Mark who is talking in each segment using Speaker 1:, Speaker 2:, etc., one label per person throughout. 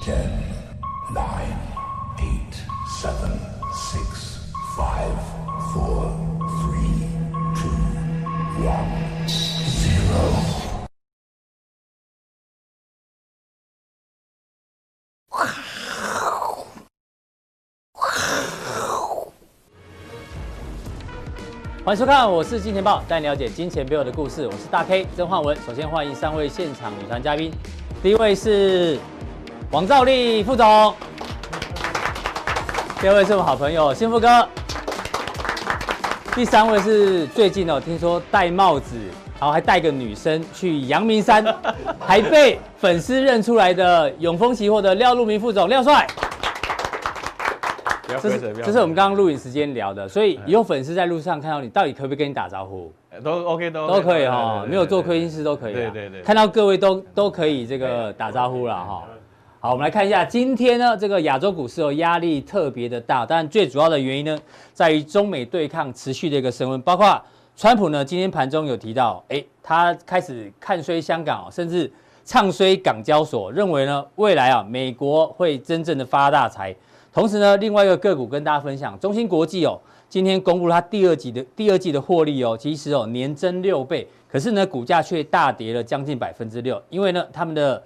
Speaker 1: Ten, nine, eight, seven, six, five, four, three, two, one, zero.
Speaker 2: 欢迎收看，我是金钱豹，带你了解金钱背后的故事。我是大 K 曾焕文。首先欢迎三位现场女团嘉宾，第一位是王兆力副总，第二位是我们好朋友幸福哥，第三位是最近哦，听说戴帽子，然后还带个女生去阳明 山，还被粉丝认出来的永丰期货的廖路明副总廖帅。
Speaker 3: 不要
Speaker 2: 这
Speaker 3: 回
Speaker 2: 是
Speaker 3: 水，不要
Speaker 2: 这是我们
Speaker 3: 刚
Speaker 2: 刚刚录影时间聊的，所以以后粉丝在路上看到你，到底可不可以跟你打招呼？
Speaker 3: 都 OK 都
Speaker 2: 都可以
Speaker 3: 哈
Speaker 2: 哈，，没有做亏心事都可以啊。
Speaker 3: 对对对
Speaker 2: 看到各位都都可以这个打招呼了哈。好，我们来看一下今天呢，这个亚洲股市哦压力特别的大，但最主要的原因呢，在于中美对抗持续的一个升温，包括川普呢今天盘中有提到，哎，他开始看衰香港哦，甚至唱衰港交所，认为呢未来啊美国会真正的发大财。同时呢，另外一个个股跟大家分享，中芯国际哦，今天公布了它第二季的第二季的获利哦，其实哦年增六倍，可是呢股价却大跌了将近百分之六，因为呢他们的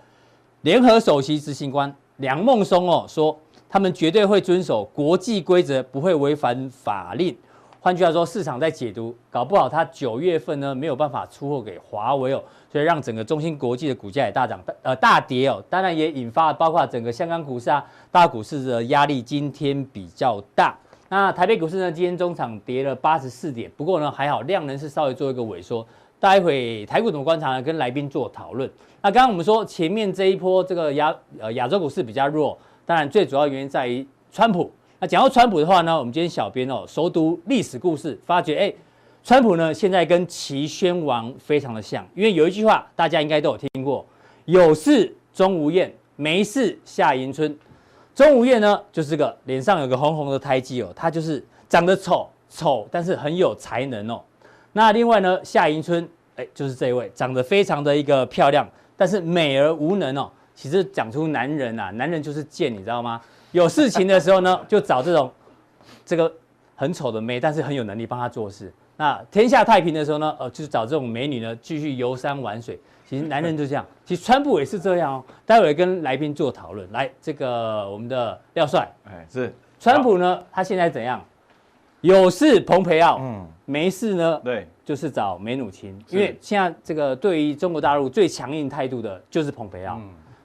Speaker 2: 联合首席执行官梁孟松哦说，他们绝对会遵守国际规则，不会违反法令。换句话说，市场在解读，搞不好它九月份呢没有办法出货给华为哦，所以让整个中芯国际的股价也大涨，呃大跌哦。当然也引发了包括整个香港股市啊、大股市的压力今天比较大。那台北股市呢，今天中场跌了八十四点，不过呢还好量能是稍微做一个萎缩。待会台股怎么观察呢？跟来宾做讨论。那刚刚我们说前面这一波这个亚呃亚洲股市比较弱，当然最主要原因在于川普。那讲到川普的话呢，我们今天小编哦熟读历史故事，发觉哎，川普呢现在跟齐宣王非常的像，因为有一句话大家应该都有听过：有事钟无艳，没事夏迎春。钟无艳呢，就是这个脸上有个红红的胎记哦，她就是长得丑丑，但是很有才能哦。那另外呢，夏迎春，哎，就是这一位，长得非常的一个漂亮，但是美而无能哦。其实讲出男人啊，男人就是贱，你知道吗？有事情的时候呢， 就找这种这个很丑的妹，但是很有能力帮她做事。那天下太平的时候呢，呃，就是找这种美女呢，继续游山玩水。其实男人就这样，其实川普也是这样哦。待会跟来宾做讨论。来，这个我们的廖帅，
Speaker 3: 哎是
Speaker 2: 川普呢，他现在怎样？有事蓬佩奥，
Speaker 3: 嗯
Speaker 2: 没事呢，
Speaker 3: 对
Speaker 2: 就是找梅努钦，
Speaker 3: 是
Speaker 2: 因为现在这个对于中国大陆最强硬态度的就是蓬佩
Speaker 3: 嗯
Speaker 2: 奥，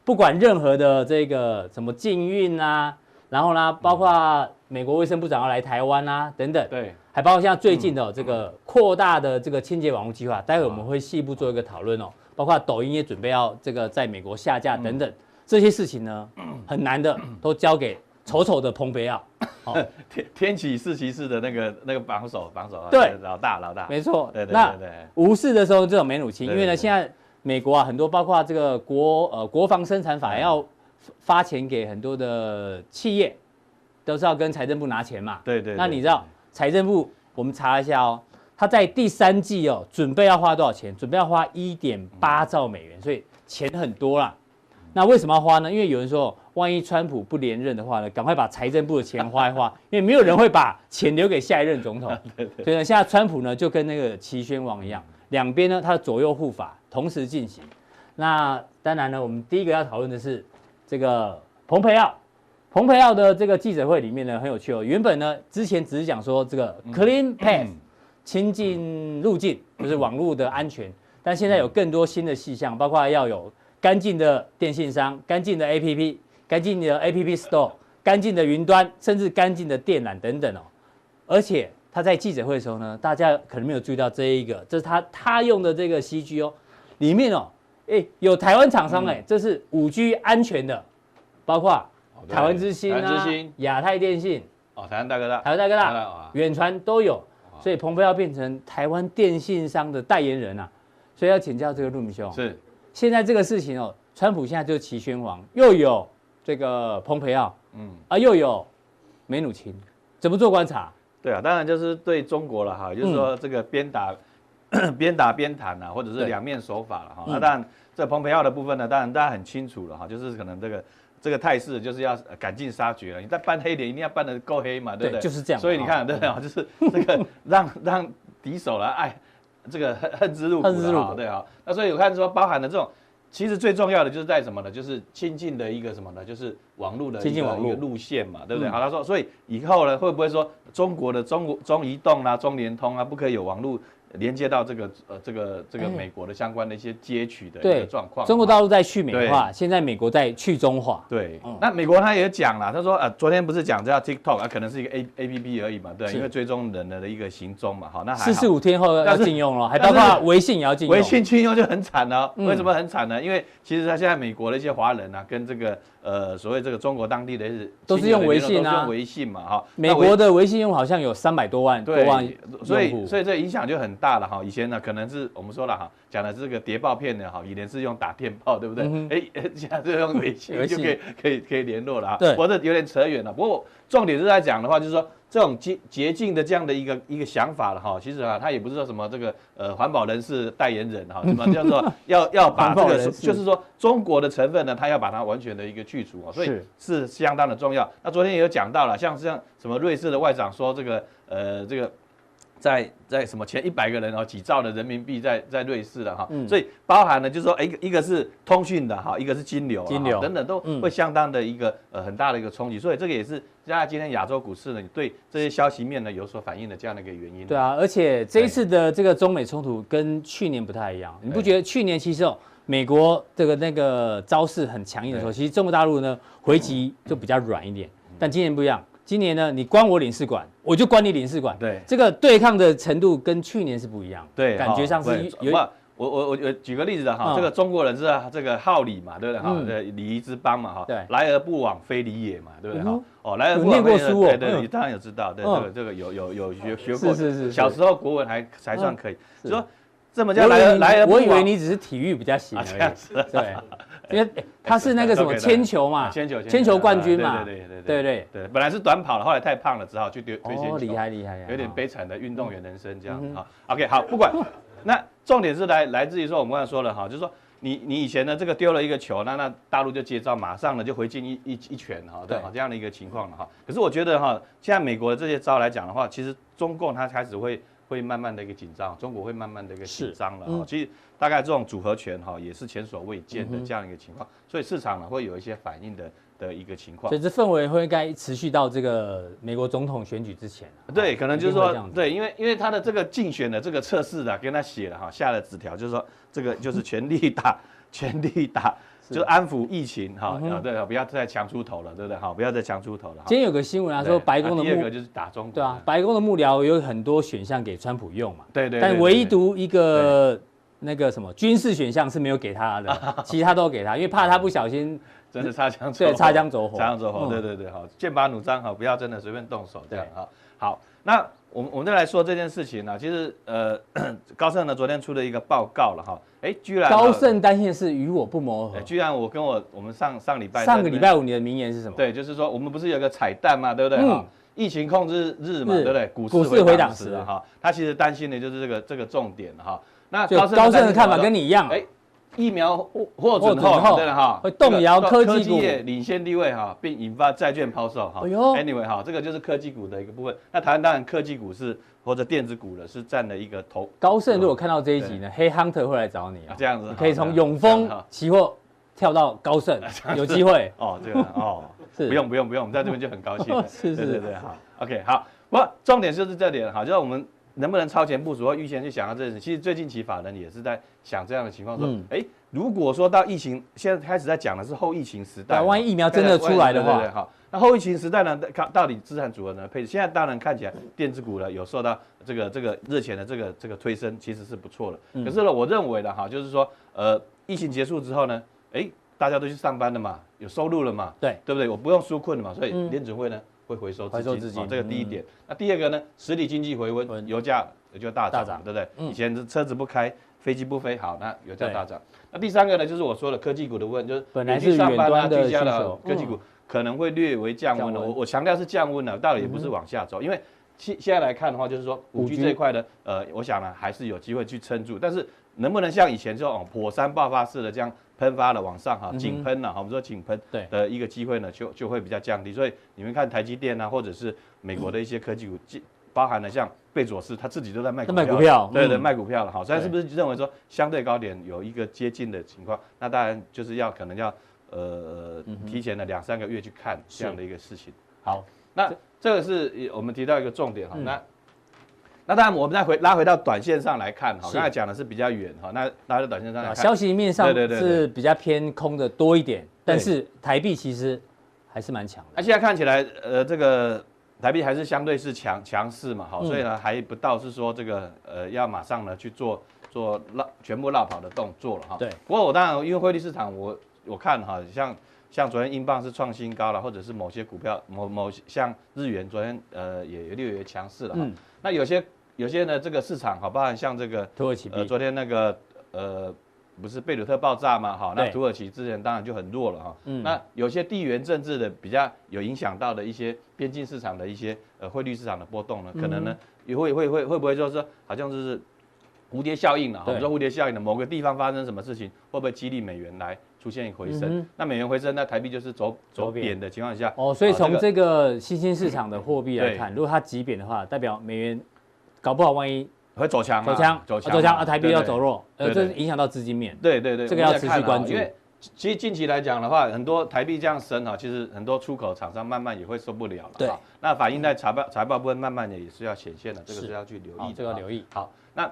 Speaker 2: 不管任何的这个什么禁运啊，然后呢，包括美国卫生部长要来台湾啊等等，
Speaker 3: 嗯对嗯
Speaker 2: 还包括像最近的哦这个扩大的这个清洁网络计划，待会我们会细部做一个讨论哦，
Speaker 3: 嗯
Speaker 2: 包括抖音也准备要这个在美国下架等等，这些事情呢，很难的
Speaker 3: 嗯
Speaker 2: 都交给丑丑的蓬佩奥，
Speaker 3: 天天启四骑士的那个那个榜首榜首啊
Speaker 2: 对
Speaker 3: 老大老大
Speaker 2: 没错，
Speaker 3: 对对
Speaker 2: 那
Speaker 3: 对对
Speaker 2: 无事的时候，这种梅努钦，
Speaker 3: 对
Speaker 2: 因为呢，
Speaker 3: 对对
Speaker 2: 现在美国啊，很多包括这个国呃国防生产法
Speaker 3: 嗯
Speaker 2: 要发钱给很多的企业，都是要跟财政部拿钱嘛。
Speaker 3: 对对，
Speaker 2: 那你知道财政部，我们查一下哦，他在第三季哦，准备要花多少钱？准备要花一点八兆美元，所以钱很多啦。那为什么要花呢？因为有人说，万一川普不连任的话呢，赶快把财政部的钱花一 花，因为没有人会把钱留给下一任总统。所以呢，现在川普呢就跟那个齐宣王一样，
Speaker 3: 嗯
Speaker 2: 两边呢他的左右护法同时进行。那当然呢，我们第一个要讨论的是这个蓬佩奥。蓬佩奥的这个记者会里面呢，很有趣哦。原本呢，之前只是讲说这个 clean path、亲近路径，
Speaker 3: 嗯
Speaker 2: 就是网络的安全。但现在有更多新的细项，包括要有干净的电信商、干净的 APP、干净的 APP Store、干净的云端，甚至干净的电缆等等哦。而且他在记者会的时候呢，大家可能没有注意到这一个，这是他他用的这个 CG 哦，里面哦，哎，有台湾厂商哎、
Speaker 3: 嗯
Speaker 2: 这是五 G 安全的，包括
Speaker 3: 哦对
Speaker 2: 台湾之星
Speaker 3: 台湾
Speaker 2: 啊
Speaker 3: 之星、
Speaker 2: 亚太电信、
Speaker 3: 哦台湾大哥大
Speaker 2: 台湾大哥
Speaker 3: 大哥大哦
Speaker 2: 大
Speaker 3: 哇、
Speaker 2: 远传都有，所以蓬佩奥变成台湾电信商的代言人啊，所以要请教这个陆明兄，
Speaker 3: 是
Speaker 2: 现在这个事情哦，川普现在就是齐宣王，又有这个蓬佩奥，嗯
Speaker 3: 嗯
Speaker 2: 啊，又有梅努钦，怎么做观察？
Speaker 3: 对啊，当然就是对中国了
Speaker 2: 嗯
Speaker 3: 哈，也就是说这个边打、 边打边谈啊，或者是
Speaker 2: 对
Speaker 3: 两面手法了哈。
Speaker 2: 嗯
Speaker 3: 那当然，这蓬佩奥的部分呢，当然大家很清楚了哈，就是可能这个这个态势就是要呃赶尽杀绝了。你在扮黑脸，一定要扮得够黑嘛，对不
Speaker 2: 对
Speaker 3: 对？
Speaker 2: 就是这样
Speaker 3: 所以你看，
Speaker 2: 哦
Speaker 3: 对不对？就是这个 让让敌手来爱这个恨恨之入骨
Speaker 2: 恨之入
Speaker 3: 了
Speaker 2: 骨
Speaker 3: 啊，对啊。那所以我看说包含了这种，其实最重要的就是在什么呢？就是亲近的一个什么呢？就是网络的
Speaker 2: 亲近
Speaker 3: 一个
Speaker 2: 网络
Speaker 3: 一个路线嘛，对不对？
Speaker 2: 嗯
Speaker 3: 好，他说，所以以后呢，会不会说中国的中国中移动啦、中联通啊，不可以有网络连接到这个呃这个这个
Speaker 2: 哎
Speaker 3: 美国的相关的一些街区的一
Speaker 2: 对
Speaker 3: 个状况嘛？
Speaker 2: 中国大陆在去美化，现在美国在去中化。
Speaker 3: 对
Speaker 2: 嗯，
Speaker 3: 那美国他也讲了，他说呃，昨天不是讲这叫 TikTok 啊，可能是一个 A A P P 而已嘛，对，
Speaker 2: 是
Speaker 3: 因为追踪人的一个行踪嘛，好，那还
Speaker 2: 四
Speaker 3: 好
Speaker 2: 十。五天后要
Speaker 3: 但是
Speaker 2: 禁用了，还
Speaker 3: 但
Speaker 2: 包
Speaker 3: 是
Speaker 2: 括微信也要禁用。
Speaker 3: 微信禁用就很惨了、
Speaker 2: 嗯
Speaker 3: 为什么很惨呢？因为其实他现在美国的一些华人啊，跟这个呃所谓这个中国当地的一些
Speaker 2: 都是用微信啊
Speaker 3: 都是用微信嘛，哈，
Speaker 2: 美
Speaker 3: 那微
Speaker 2: 国的微信用户好像有三百多万多
Speaker 3: 对
Speaker 2: 万，
Speaker 3: 所
Speaker 2: 用户
Speaker 3: 以所以这影响就很大了哈。以前呢，可能是我们说了哈，讲的是这个谍报片的哈，以前是用打电报，对不对
Speaker 2: 嗯哼？
Speaker 3: 哎、 现在就用微
Speaker 2: 微
Speaker 3: 信
Speaker 2: 信
Speaker 3: 就 可以可以可以联络了啊。
Speaker 2: 对
Speaker 3: 我这有点扯远了。不过重点是在讲的话，就是说这种捷捷径的这样的一个一个想法了哈。其实啊，他也不是说什么这个呃环保人士代言人哈，什么叫做 要要把
Speaker 2: 环保
Speaker 3: 这
Speaker 2: 人
Speaker 3: 个
Speaker 2: 士
Speaker 3: 就是说中国的成分呢，他要把它完全的一个去除啊，所以
Speaker 2: 是
Speaker 3: 是相当的重要。那昨天也有讲到了，像像什么瑞士的外长说这个呃这个。在在什么前一百个人哦，几兆的人民币在在瑞士了哈，
Speaker 2: 嗯
Speaker 3: 所以包含了就是说，哎一个一个是通讯的哈，一个是金流啊，
Speaker 2: 金流
Speaker 3: 哈等等都
Speaker 2: 嗯
Speaker 3: 会相当的一个、呃很大的一个冲击，所以这个也是大家今天亚洲股市呢，你对这些消息面呢有所反应的这样的一个原因。
Speaker 2: 对啊，而且这一次的这个中美冲突跟去年不太一样，你不觉得去年其实哦，美国这个那个招式很强硬的时候，其实中国大陆呢回击
Speaker 3: 嗯
Speaker 2: 就比较软一点，但今年不一样，今年呢你关我领事馆，我就关你领事馆，
Speaker 3: 对
Speaker 2: 这个对抗的程度跟去年是不一样，
Speaker 3: 对，
Speaker 2: 感觉上
Speaker 3: 哈
Speaker 2: 是
Speaker 3: 对
Speaker 2: 有
Speaker 3: 不我我我我举个例子的哈，
Speaker 2: 嗯
Speaker 3: 这个中国人是这个好礼嘛，对不对哈
Speaker 2: 嗯？
Speaker 3: 这礼仪之邦嘛哈，
Speaker 2: 对
Speaker 3: 来而不往非礼也嘛，对不对
Speaker 2: 嗯
Speaker 3: 哈
Speaker 2: 哼？
Speaker 3: 哦，来而
Speaker 2: 有
Speaker 3: 不往
Speaker 2: 念过
Speaker 3: 非礼也
Speaker 2: 书哦
Speaker 3: 对对，
Speaker 2: 嗯
Speaker 3: 你当然有知道，对
Speaker 2: 嗯
Speaker 3: 这个这个有有有学学过，
Speaker 2: 是是是
Speaker 3: 小
Speaker 2: 是
Speaker 3: 时候国文还还算可以，
Speaker 2: 是
Speaker 3: 就说这么
Speaker 2: 我
Speaker 3: 叫
Speaker 2: 以
Speaker 3: 来
Speaker 2: 为
Speaker 3: 而
Speaker 2: 你
Speaker 3: 来而不
Speaker 2: 我
Speaker 3: 往，
Speaker 2: 以为你只是体育比较行
Speaker 3: 啊这
Speaker 2: 而
Speaker 3: 样
Speaker 2: 已，
Speaker 3: 子，
Speaker 2: 对， 因为他是那个什么
Speaker 3: 都可以的
Speaker 2: 铅球嘛，
Speaker 3: 啊 铅球
Speaker 2: 啊
Speaker 3: 啊
Speaker 2: 铅球冠军嘛，
Speaker 3: 对对对
Speaker 2: 对对
Speaker 3: 对对对，本来是短跑了，后来太胖了，只好去丢推铅球，
Speaker 2: 哦，厉害厉害，厉害
Speaker 3: 有点
Speaker 2: 哦
Speaker 3: 悲惨的运动员人生这样
Speaker 2: 嗯哼
Speaker 3: 哈。OK，好，不管。 那重点是来来自于说我们刚才说了哈，就是说你你以前呢这个丢了一个球，那那大陆就接招，马上呢就回敬一一一拳哈，对
Speaker 2: 对
Speaker 3: 哈这样的一个情况了哈。可是我觉得哈，现在美国的这些招来讲的话，其实中共它开始会。会慢慢的一个紧张，中国会慢慢的一个紧张了哈。
Speaker 2: 是嗯
Speaker 3: 其实大概这种组合拳哈也是前所未见的
Speaker 2: 嗯哼
Speaker 3: 这样一个情况，所以市场呢会有一些反应的的一个情况
Speaker 2: 所。以这氛围会应该持续到这个美国总统选举之前啊、
Speaker 3: 对，可能就
Speaker 2: 一
Speaker 3: 是
Speaker 2: 定会这
Speaker 3: 说
Speaker 2: 样，子
Speaker 3: 对，因为因为他的这个竞选的这个测试的、跟他写了哈，下了纸条，就是说这个就是全力打， 全力打，就是安抚疫情哈
Speaker 2: 嗯哼
Speaker 3: 啊，对，不要再强出头了，对不对？好，不要再强出头了。哈
Speaker 2: 今天有个新闻啊，说
Speaker 3: 对
Speaker 2: 白宫的
Speaker 3: 啊第二个
Speaker 2: 幕
Speaker 3: 就是打中国，
Speaker 2: 对啊，，白宫的幕僚有很多选项给川普用嘛，
Speaker 3: 对对，
Speaker 2: 但
Speaker 3: 对
Speaker 2: 唯独一个那个什么军事选项是没有给他 的，其他都给他，因为怕他不小心
Speaker 3: 真的擦枪走
Speaker 2: 对
Speaker 3: 火，
Speaker 2: 擦枪走火。
Speaker 3: 擦枪走火，
Speaker 2: 嗯
Speaker 3: 对对对，好，剑拔弩张哈，不要真的随便动手这样
Speaker 2: 对
Speaker 3: 哈。好，那我们我们再来说这件事情呢，其实呃， 高盛呢昨天出了一个报告了哈，哎，居然呢
Speaker 2: 高盛单线是与我不谋
Speaker 3: 哎
Speaker 2: 合。
Speaker 3: 居然我跟我我们上上礼拜
Speaker 2: 哦上个
Speaker 3: 在那
Speaker 2: 礼
Speaker 3: 边
Speaker 2: 拜五你的名言是什么？，
Speaker 3: 对，就是说我们不是有个彩蛋嘛，对不对？
Speaker 2: 嗯
Speaker 3: 哈，疫情控制日嘛，
Speaker 2: 日
Speaker 3: 对不对？股
Speaker 2: 股市
Speaker 3: 市
Speaker 2: 回
Speaker 3: 回
Speaker 2: 档
Speaker 3: 档
Speaker 2: 时
Speaker 3: 时哈，他其实担心的就是这个这个重点哈。那
Speaker 2: 就
Speaker 3: 盛
Speaker 2: 高盛的
Speaker 3: 担心
Speaker 2: 看法
Speaker 3: 什么
Speaker 2: 跟你一样啊，
Speaker 3: 哎疫苗获
Speaker 2: 获
Speaker 3: 获准
Speaker 2: 准
Speaker 3: 后嘛，
Speaker 2: 后
Speaker 3: 对了哈，
Speaker 2: 会动摇
Speaker 3: 这个
Speaker 2: 科技
Speaker 3: 科
Speaker 2: 股
Speaker 3: 业领先地位哈，并引发债券抛售哈。
Speaker 2: 哎呦
Speaker 3: anyway 哈，这个就是科技股的一个部分。那台湾当然科技股是或者电子股的是占了一个头
Speaker 2: 高盛如果看到这一集呢，黑 hunter 会来找你啊
Speaker 3: 啊。这样子
Speaker 2: 你
Speaker 3: 哈，
Speaker 2: 可以从
Speaker 3: 这样
Speaker 2: 永丰
Speaker 3: 这样哈
Speaker 2: 期货跳到高 盛，有机会。
Speaker 3: 哦，这个哦，
Speaker 2: 是
Speaker 3: 不用不用不用，我们在这边就很高兴了。
Speaker 2: 是是
Speaker 3: 对对对，好，OK，好，不，重点就是这点，好，就是我们能不能超前部署或预先去想到这件事。其实最近期法人也是在想这样的情况，说
Speaker 2: 嗯，
Speaker 3: 哎、如果说到疫情，现在开始在讲的是后疫情时代
Speaker 2: 对
Speaker 3: 嘛，
Speaker 2: 万一疫苗真的出来的话
Speaker 3: 对对对好，那后疫情时代呢，看到底资产组合呢配置，现在当然看起来电子股呢有受到这个这个日前的这个这个推升，其实是不错的。
Speaker 2: 嗯
Speaker 3: 可是呢，我认为呢，哈，就是说，呃，疫情结束之后呢，哎、大家都去上班了嘛，有收入了嘛，
Speaker 2: 对
Speaker 3: 对不对？我不用纾困了嘛，所以
Speaker 2: 嗯
Speaker 3: 联准会呢会回收
Speaker 2: 回
Speaker 3: 资
Speaker 2: 收
Speaker 3: 金，
Speaker 2: 资金嗯
Speaker 3: 哦这个第一点。那第二个呢，实体经济回温，
Speaker 2: 温
Speaker 3: 油价也就大涨
Speaker 2: 大涨
Speaker 3: 嘛，对不对？
Speaker 2: 嗯
Speaker 3: 以前是车子不开，飞机不飞，好，那油价
Speaker 2: 对
Speaker 3: 大涨。那第三个呢，就是我说的科技股的问，就是
Speaker 2: 本来
Speaker 3: 你去
Speaker 2: 是
Speaker 3: 上班
Speaker 2: 远
Speaker 3: 啊
Speaker 2: 端的
Speaker 3: 居家
Speaker 2: 需
Speaker 3: 的
Speaker 2: 求
Speaker 3: 科技股可能会略微降温
Speaker 2: 降
Speaker 3: 了。
Speaker 2: 温嗯
Speaker 3: 我我强调是降温了，到底也不是往下走，因为现现在来看的话，就是说五
Speaker 2: 5G
Speaker 3: G 这一块呢，呃，我想呢还是有机会去撑住，但是能不能像以前这种哦火山爆发式的这样喷发了往上
Speaker 2: 嗯
Speaker 3: 哈，井喷了哈，我们说井喷
Speaker 2: 对
Speaker 3: 的一个机会呢，就就会比较降低。所以你们看台积电啊，或者是美国的一些科技股，既包含了像贝佐斯他自己都在卖股
Speaker 2: 在卖
Speaker 3: 票，
Speaker 2: 股票
Speaker 3: 对对，
Speaker 2: 嗯
Speaker 3: 卖股票了哈。所以是不是认为说相对高点有一个接近的情况？那当然就是要可能要呃
Speaker 2: 嗯
Speaker 3: 提前了两三个月去看这样的一个事情。
Speaker 2: 好，
Speaker 3: 那这个是呃我们提到一个重点哈，
Speaker 2: 嗯
Speaker 3: 那那当然我们再回拉回到短线上来看哈，
Speaker 2: 是
Speaker 3: 刚才讲的是比较远哈，那拉到短线上来
Speaker 2: 啊
Speaker 3: 看，
Speaker 2: 消息面上
Speaker 3: 对对对对
Speaker 2: 是比较偏空的多一点，但
Speaker 3: 对
Speaker 2: 是台币其实还是蛮强的。
Speaker 3: 那啊现在看起来，呃，这个台币还是相对是强强势嘛，好，
Speaker 2: 嗯
Speaker 3: 所以呢还不到是说这个呃要马上呢去做做绕全部绕跑的动作了哈。
Speaker 2: 对
Speaker 3: 不过我当然因为汇率市场我，我看哈，像像昨天英镑是创新高了，或者是某些股票某某些像日元昨天呃也也略有强势了哈。
Speaker 2: 嗯
Speaker 3: 那有些有些呢这个市场好，包含像这个
Speaker 2: 土耳其
Speaker 3: 呃，
Speaker 2: 币
Speaker 3: 昨天那个呃，不是贝鲁特爆炸嘛？好，那
Speaker 2: 对
Speaker 3: 土耳其之前当然就很弱了哈。
Speaker 2: 嗯
Speaker 3: 那有些地缘政治的比较有影响到的一些边境市场的一些呃汇率市场的波动呢，可能呢
Speaker 2: 嗯
Speaker 3: 也会会会会不会就是说好像就是蝴蝶效应了哈？我
Speaker 2: 对
Speaker 3: 们说蝴蝶效应的某个地方发生什么事情，会不会激励美元来出现回升？
Speaker 2: 嗯哼
Speaker 3: 那美元回升，那台币就是走
Speaker 2: 走
Speaker 3: 走
Speaker 2: 贬
Speaker 3: 贬的情况下，
Speaker 2: 哦，所以
Speaker 3: 啊
Speaker 2: 从
Speaker 3: 个
Speaker 2: 这个新兴市场的货币来
Speaker 3: 对
Speaker 2: 看，如果它急贬的话，代表美元搞不好万一
Speaker 3: 会走强啊，
Speaker 2: 走强，
Speaker 3: 走强
Speaker 2: 啊走强
Speaker 3: 嘛
Speaker 2: 啊，台币
Speaker 3: 对
Speaker 2: 要
Speaker 3: 对
Speaker 2: 走弱，呃，
Speaker 3: 对
Speaker 2: 这
Speaker 3: 对
Speaker 2: 是影响到资金面。
Speaker 3: 对对对，
Speaker 2: 这个要
Speaker 3: 我们在看
Speaker 2: 持续关
Speaker 3: 啊
Speaker 2: 注
Speaker 3: 因为其实近期来讲的话，很多台币这样升哈，哦其实很多出口厂商慢慢也会受不了了。
Speaker 2: 对嗯
Speaker 3: 哈，那反映在财报财报部分，慢慢的也是要显现的，这个
Speaker 2: 是
Speaker 3: 是要去留
Speaker 2: 好
Speaker 3: 意的。
Speaker 2: 这个要
Speaker 3: 哈
Speaker 2: 留意
Speaker 3: 嗯好，那